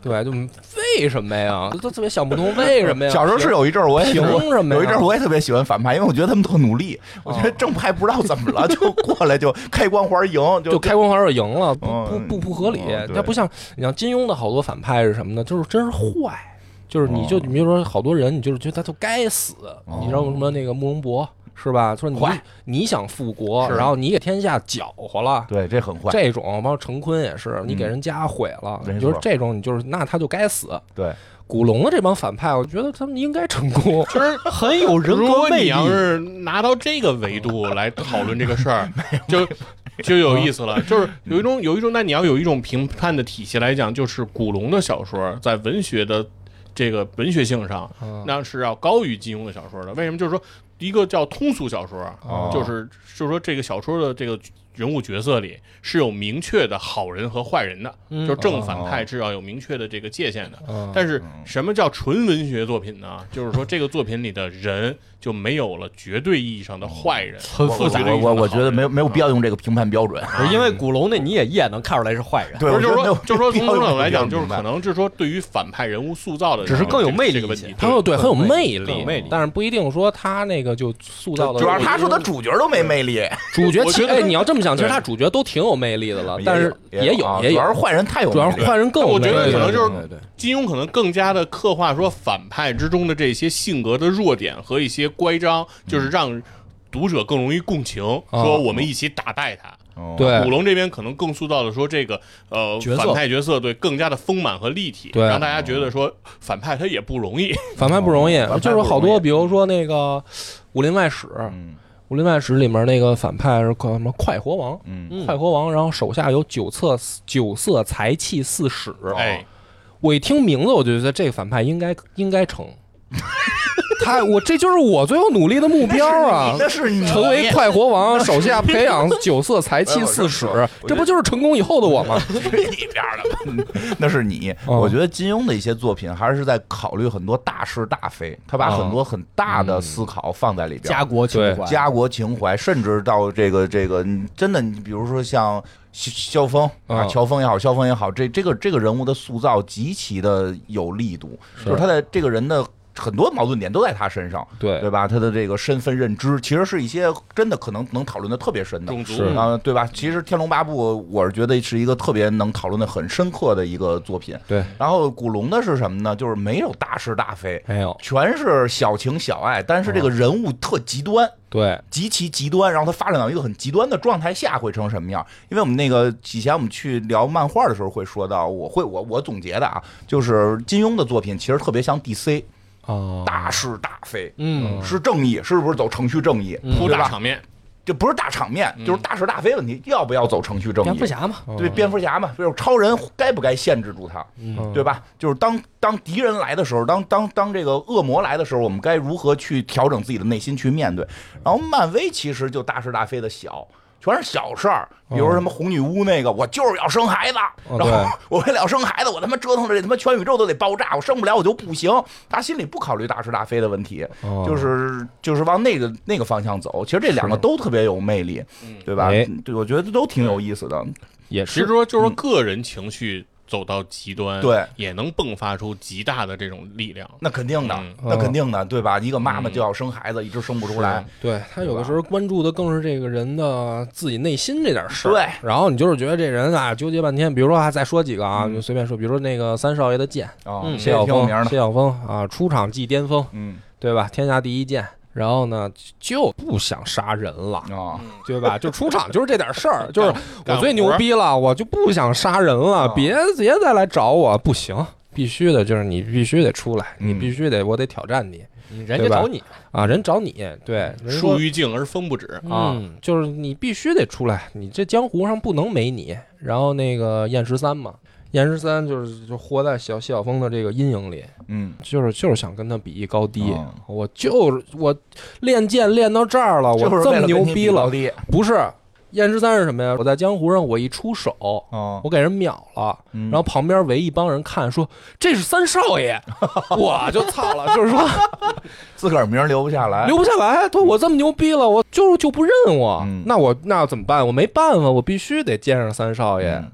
对，就为什么呀？都特别想不通为什么呀？小时候是有一阵儿，我也凭什么呀哦有一阵儿我也特别喜欢反派，因为我觉得他们特努力。我觉得正派不知道怎么了，就过来就开光 环赢，就就开光环就赢了，不不嗯不不合理嗯。对他不像你像金庸的好多反派是什么呢？就是真是坏，就是你就哦你比如说好多人，你就是觉得他就该死。你知道什么那个慕容博是吧？说你坏你想复国，是然后你给天下搅和了。对，这很坏。嗯这种包括成昆也是，你给人家毁了，没你就是错这种，你就是那他就该死。对，古龙的这帮反派，我觉得他们应该成 功。就是很有人如格果魅你力。要是拿到这个维度来讨论这个事儿，就就有意思了。就是有一种有一种，那你要有一种评判的体系来讲，就是古龙的小说在文学的这个文学性上，嗯那是要高于金庸的小说的。为什么？就是说，一个叫通俗小说，哦就是就是说这个小说的这个人物角色里是有明确的好人和坏人的，嗯就是正哦反派是要有明确的这个界限的。嗯但是什么叫纯文学作品呢？就是说这个作品里的人就没有了绝对意义上的坏人，嗯很复杂绝对我意义我上的好人我觉得没有没有必。啊要用这个评判标准。啊不是因为古龙那你也一眼能看出来是坏人，对，不是，就是我觉得没有说，就是说，从某种角度来讲，没就有是必要用这个可评判能就是说，对于反派人物塑造的，只是更有魅力这个问一题些，他们对很有魅更力，有魅力但是不一定说他那个就塑造的。主要是他说的主角都没魅力，主角我其，觉得哎，你要这么想，其实对他主角都挺有魅力的了，但是也有啊也主有要，是坏人太有主要魅力是了。坏人更有我觉魅得力。可能就是对对对金庸可能更加的刻画说反派之中的这些性格的弱点和一些乖张，就是让读者更容易共情，说我们一起打败他。哦嗯对古龙这边可能更塑造的说这个呃角色反派角色对更加的丰满和立体，对让大家觉得说反派他也不容易。反派不容易反派，不就是好容多，易比如说那个《武林外史》，《嗯武林外史》里面那个反派是什么快活王，嗯，嗯快活王，然后手下有九色九色财气四使。哎，我一听名字，我就觉得这个反派应该应该成。他我这就是我最后努力的目标啊！那是你成为快活王，手下培养九色财气四使，这不就是成功以后的我吗？ 你边儿的，那是你。哦我觉得金庸的一些作品还是在考虑很多大是大非，他把很多很大的思考放在里边家儿，国情怀，哦嗯家国情怀，甚至到这个这个，嗯真的，你比如说像萧萧峰啊，嗯乔峰也好，萧峰也好，这这个这个人物的塑造极其的有力度，就是他的这个人的。很多矛盾点都在他身上，对对吧？他的这个身份认知，其实是一些真的可能能讨论的特别深的，种族是啊、对吧？其实《天龙八部》，我是觉得是一个特别能讨论的很深刻的一个作品。对，然后古龙的是什么呢？就是没有大是大非，没有，全是小情小爱，但是这个嗯人物特极端。对，极其极端，然后它发展到一个很极端的状态下会成什么样？因为我们那个以前我们去聊漫画的时候会说到，我会我我总结的啊，就是金庸的作品其实特别像 DC，啊，大是大非，嗯，是正义，是不是走程序正义，铺对嗯大吧？场面，这不是大场面，就是大是大非问题，要不要走程序正蝙义蝠？侠嘛，对，蝙蝠侠嘛，就是超人该不该限制住他，哦嗯对吧？就是当当敌人来的时候，当当当这个恶魔来的时候，我们该如何去调整自己的内心去面对？然后漫威其实就大是大非的小。全是小事儿，比如说什么红女巫那个，我就是要生孩子，哦然后对 我为了要生孩子，我他妈折腾着这他妈全宇宙都得爆炸，我生不了我就不行。他心里不考虑大是大非的问题，哦就是就是往那个那个方向走。其实这两个都特别有魅力，对吧哎？对，我觉得都挺有意思的。也其实是嗯说就是说个人情绪走到极端，对，也能迸发出极大的这种力量。那肯定的，嗯那肯定的，对吧？一个妈妈就要生孩子，一直生不出来，对他有的时候关注的更是这个人的自己内心这点事儿，对然后你就是觉得这人啊纠结半天，比如说啊再说几个啊，就随便说，比如说那个三少爷的剑，啊，嗯谢谢嗯晓谢挺有峰名，的，谢晓峰啊，出场即巅峰，嗯对吧？天下第一剑，然后呢就不想杀人了。啊，对吧？就出场就是这点事儿，就是我干最活牛逼了，我就不想杀人了，啊别别再来找我，不行，必须的，就是你必须得出来，你嗯必须得，我得挑战你人对家吧找你，啊！人找你，对，嗯人说树欲静而风不止，啊嗯，就是你必须得出来，你这江湖上不能没你。然后那个燕十三嘛，燕十三就是就活在小谢晓峰的这个阴影里，嗯就是就是想跟他比一高低。嗯我就是我练剑练到这儿了，我就是这为么了牛跟你逼比高了，低啊不是燕十三是什么呀？我在江湖上我一出手，啊，我给人秒了。然然后旁边围一帮人看，说这是三少爷，我就操了，就是说自个儿名儿留不下来，留不下来。对我这么牛逼了，我就是就不认我，嗯那我那怎么办？我没办法，我必须得见上三少爷。嗯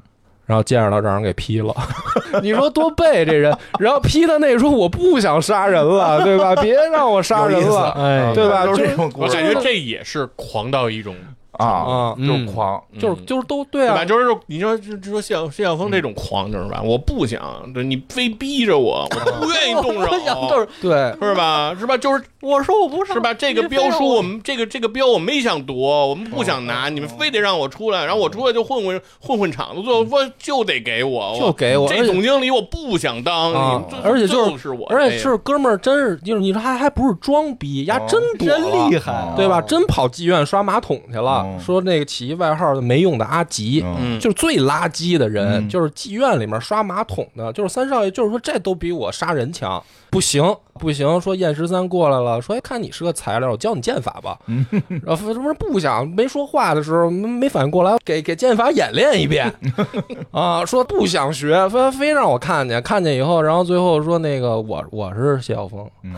然后见着他，让人给劈了。 你说多背这人，然后劈他那说我不想杀人了，对吧？别让我杀有人意思了哎嗯对吧都是就这种故我事感觉这也是狂到一种，啊，啊！就是狂，嗯就是就是都对对啊吧？，就是你说就就说谢晓谢晓峰这种狂，就是吧？我不想，对你非逼着我，我都不愿意动 手，对是吧？是吧？就是我说我不上是吧？这个标书我们这个这个标我没想夺，我们不想拿，你们非得让我出来，然后我出来就混混混混场子，最后说就得给我，就给我，这而且总经理我不想当，啊你们而且就就是我，而且哎是哥们儿，真是就是你说还还不是装逼，丫哦真躲真了厉害，啊哦对吧？真跑妓院刷马桶去了，嗯说那个起一外号叫没用的阿哦吉。嗯嗯，就是最垃圾的人，嗯就是妓院里面刷马桶的，就是三少爷，就是说这都比我杀人强，不行不行。说燕十三过来了，说哎，看你是个材料，我教你剑法吧。嗯 然后什么不想没说话的时候没没反应过来，给给剑法演练一 遍啊，说不想学，非非让我看见，看见以后，然后最后说那个我我是谢晓峰，嗯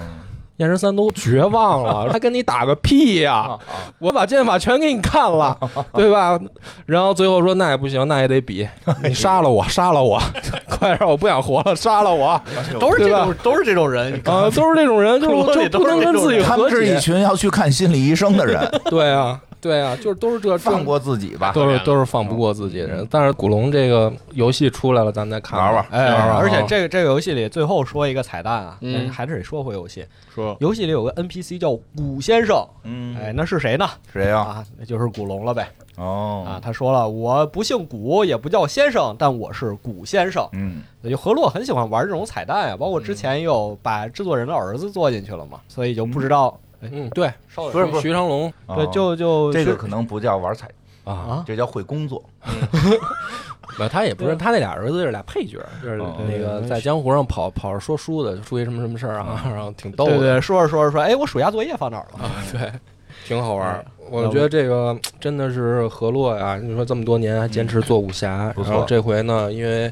燕十三都绝望 了，还跟你打个屁啊呀、我把剑法全给你看了，对吧？然后最后说那也不行，那也得比，哎你杀了我，杀了 我，快让我不想活了，杀了我啊！嗯都是这对种都是这种人，你看都是这种人，部就落是 里就都不是能跟自己他和们是一解，群要去看心理医 生的人，对啊，对啊，就是都是这放这。过自己吧，都是都是放不过自己的人，但是古龙这个游戏出来了，咱再看玩玩 哎，玩玩而且啊这个这个游戏里最后说一个彩蛋啊，嗯还是得说回游戏。说游戏里有个 NPC 叫武先生，嗯，哎，那是谁呢？谁呀？啊，那就是古龙了呗。啊哦，，他说了，我不姓古，也不叫先生，但我是古先生。嗯就河洛很喜欢玩这种彩蛋呀，啊包括之前也有把制作人的儿子做进去了嘛，所以就不知道。嗯，对，稍啊等不是不是徐长龙啊对，哦就就这个可能不叫玩彩，啊，啊，这叫会工作，不他也不是，他那俩儿子是俩配角，就是哦嗯那个在江湖上跑跑着说书的，出一什么什么事儿啊， 然后挺逗对的，对，说着说着说，哎，我暑假作业放哪儿了？挺好玩哎儿。我要不觉得这个真的是河洛呀，你说这么多年还坚持做武侠，嗯不错然后这回呢，因为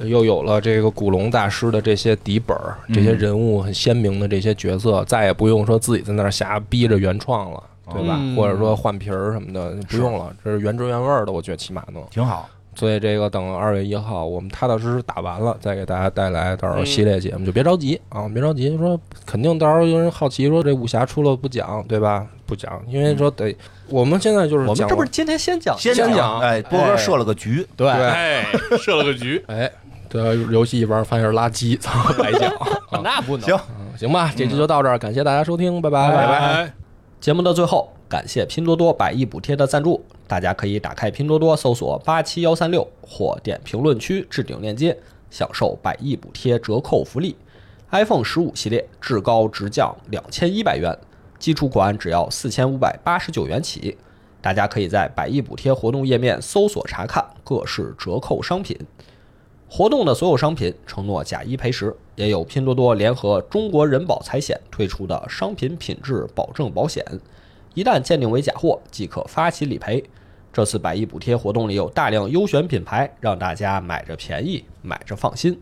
呃又有了这个古龙大师的这些底本儿，这些嗯人物很鲜明的这些角色，再也不用说自己在那儿瞎逼着原创了。对吧？嗯或者说换皮儿什么的，不用了，这是原汁原味儿的，我觉得起码能。挺好，所以这个等二月一号，我们踏踏实实打完了，再给大家带来到时候系列节目，就别着急啊，别着急，说肯定到时候有人好奇说这武侠出了不讲，对吧？不讲，因为说得嗯我们现在就是我们讲这不是今天先讲先讲哎，波哥设了个局，对对，哎，设了个局哎，这游戏一玩发现是垃圾，操，白讲。啊那不能行行吧，这期就到这儿，感谢大家收听，拜拜拜拜。哎节目的最后，感谢拼多多百亿补贴的赞助，大家可以打开拼多多搜索八七幺三六或点评论区置顶链接，享受百亿补贴折扣福利。iPhone 十五系列至高直降两千一百元，基础款只要四千五百八十九元起。大家可以在百亿补贴活动页面搜索查看各式折扣商品。活动的所有商品承诺假一赔十，也有拼多多联合中国人保财险推出的商品品质保证保险，一旦鉴定为假货，即可发起理赔。这次百亿补贴活动里有大量优选品牌，让大家买着便宜，买着放心。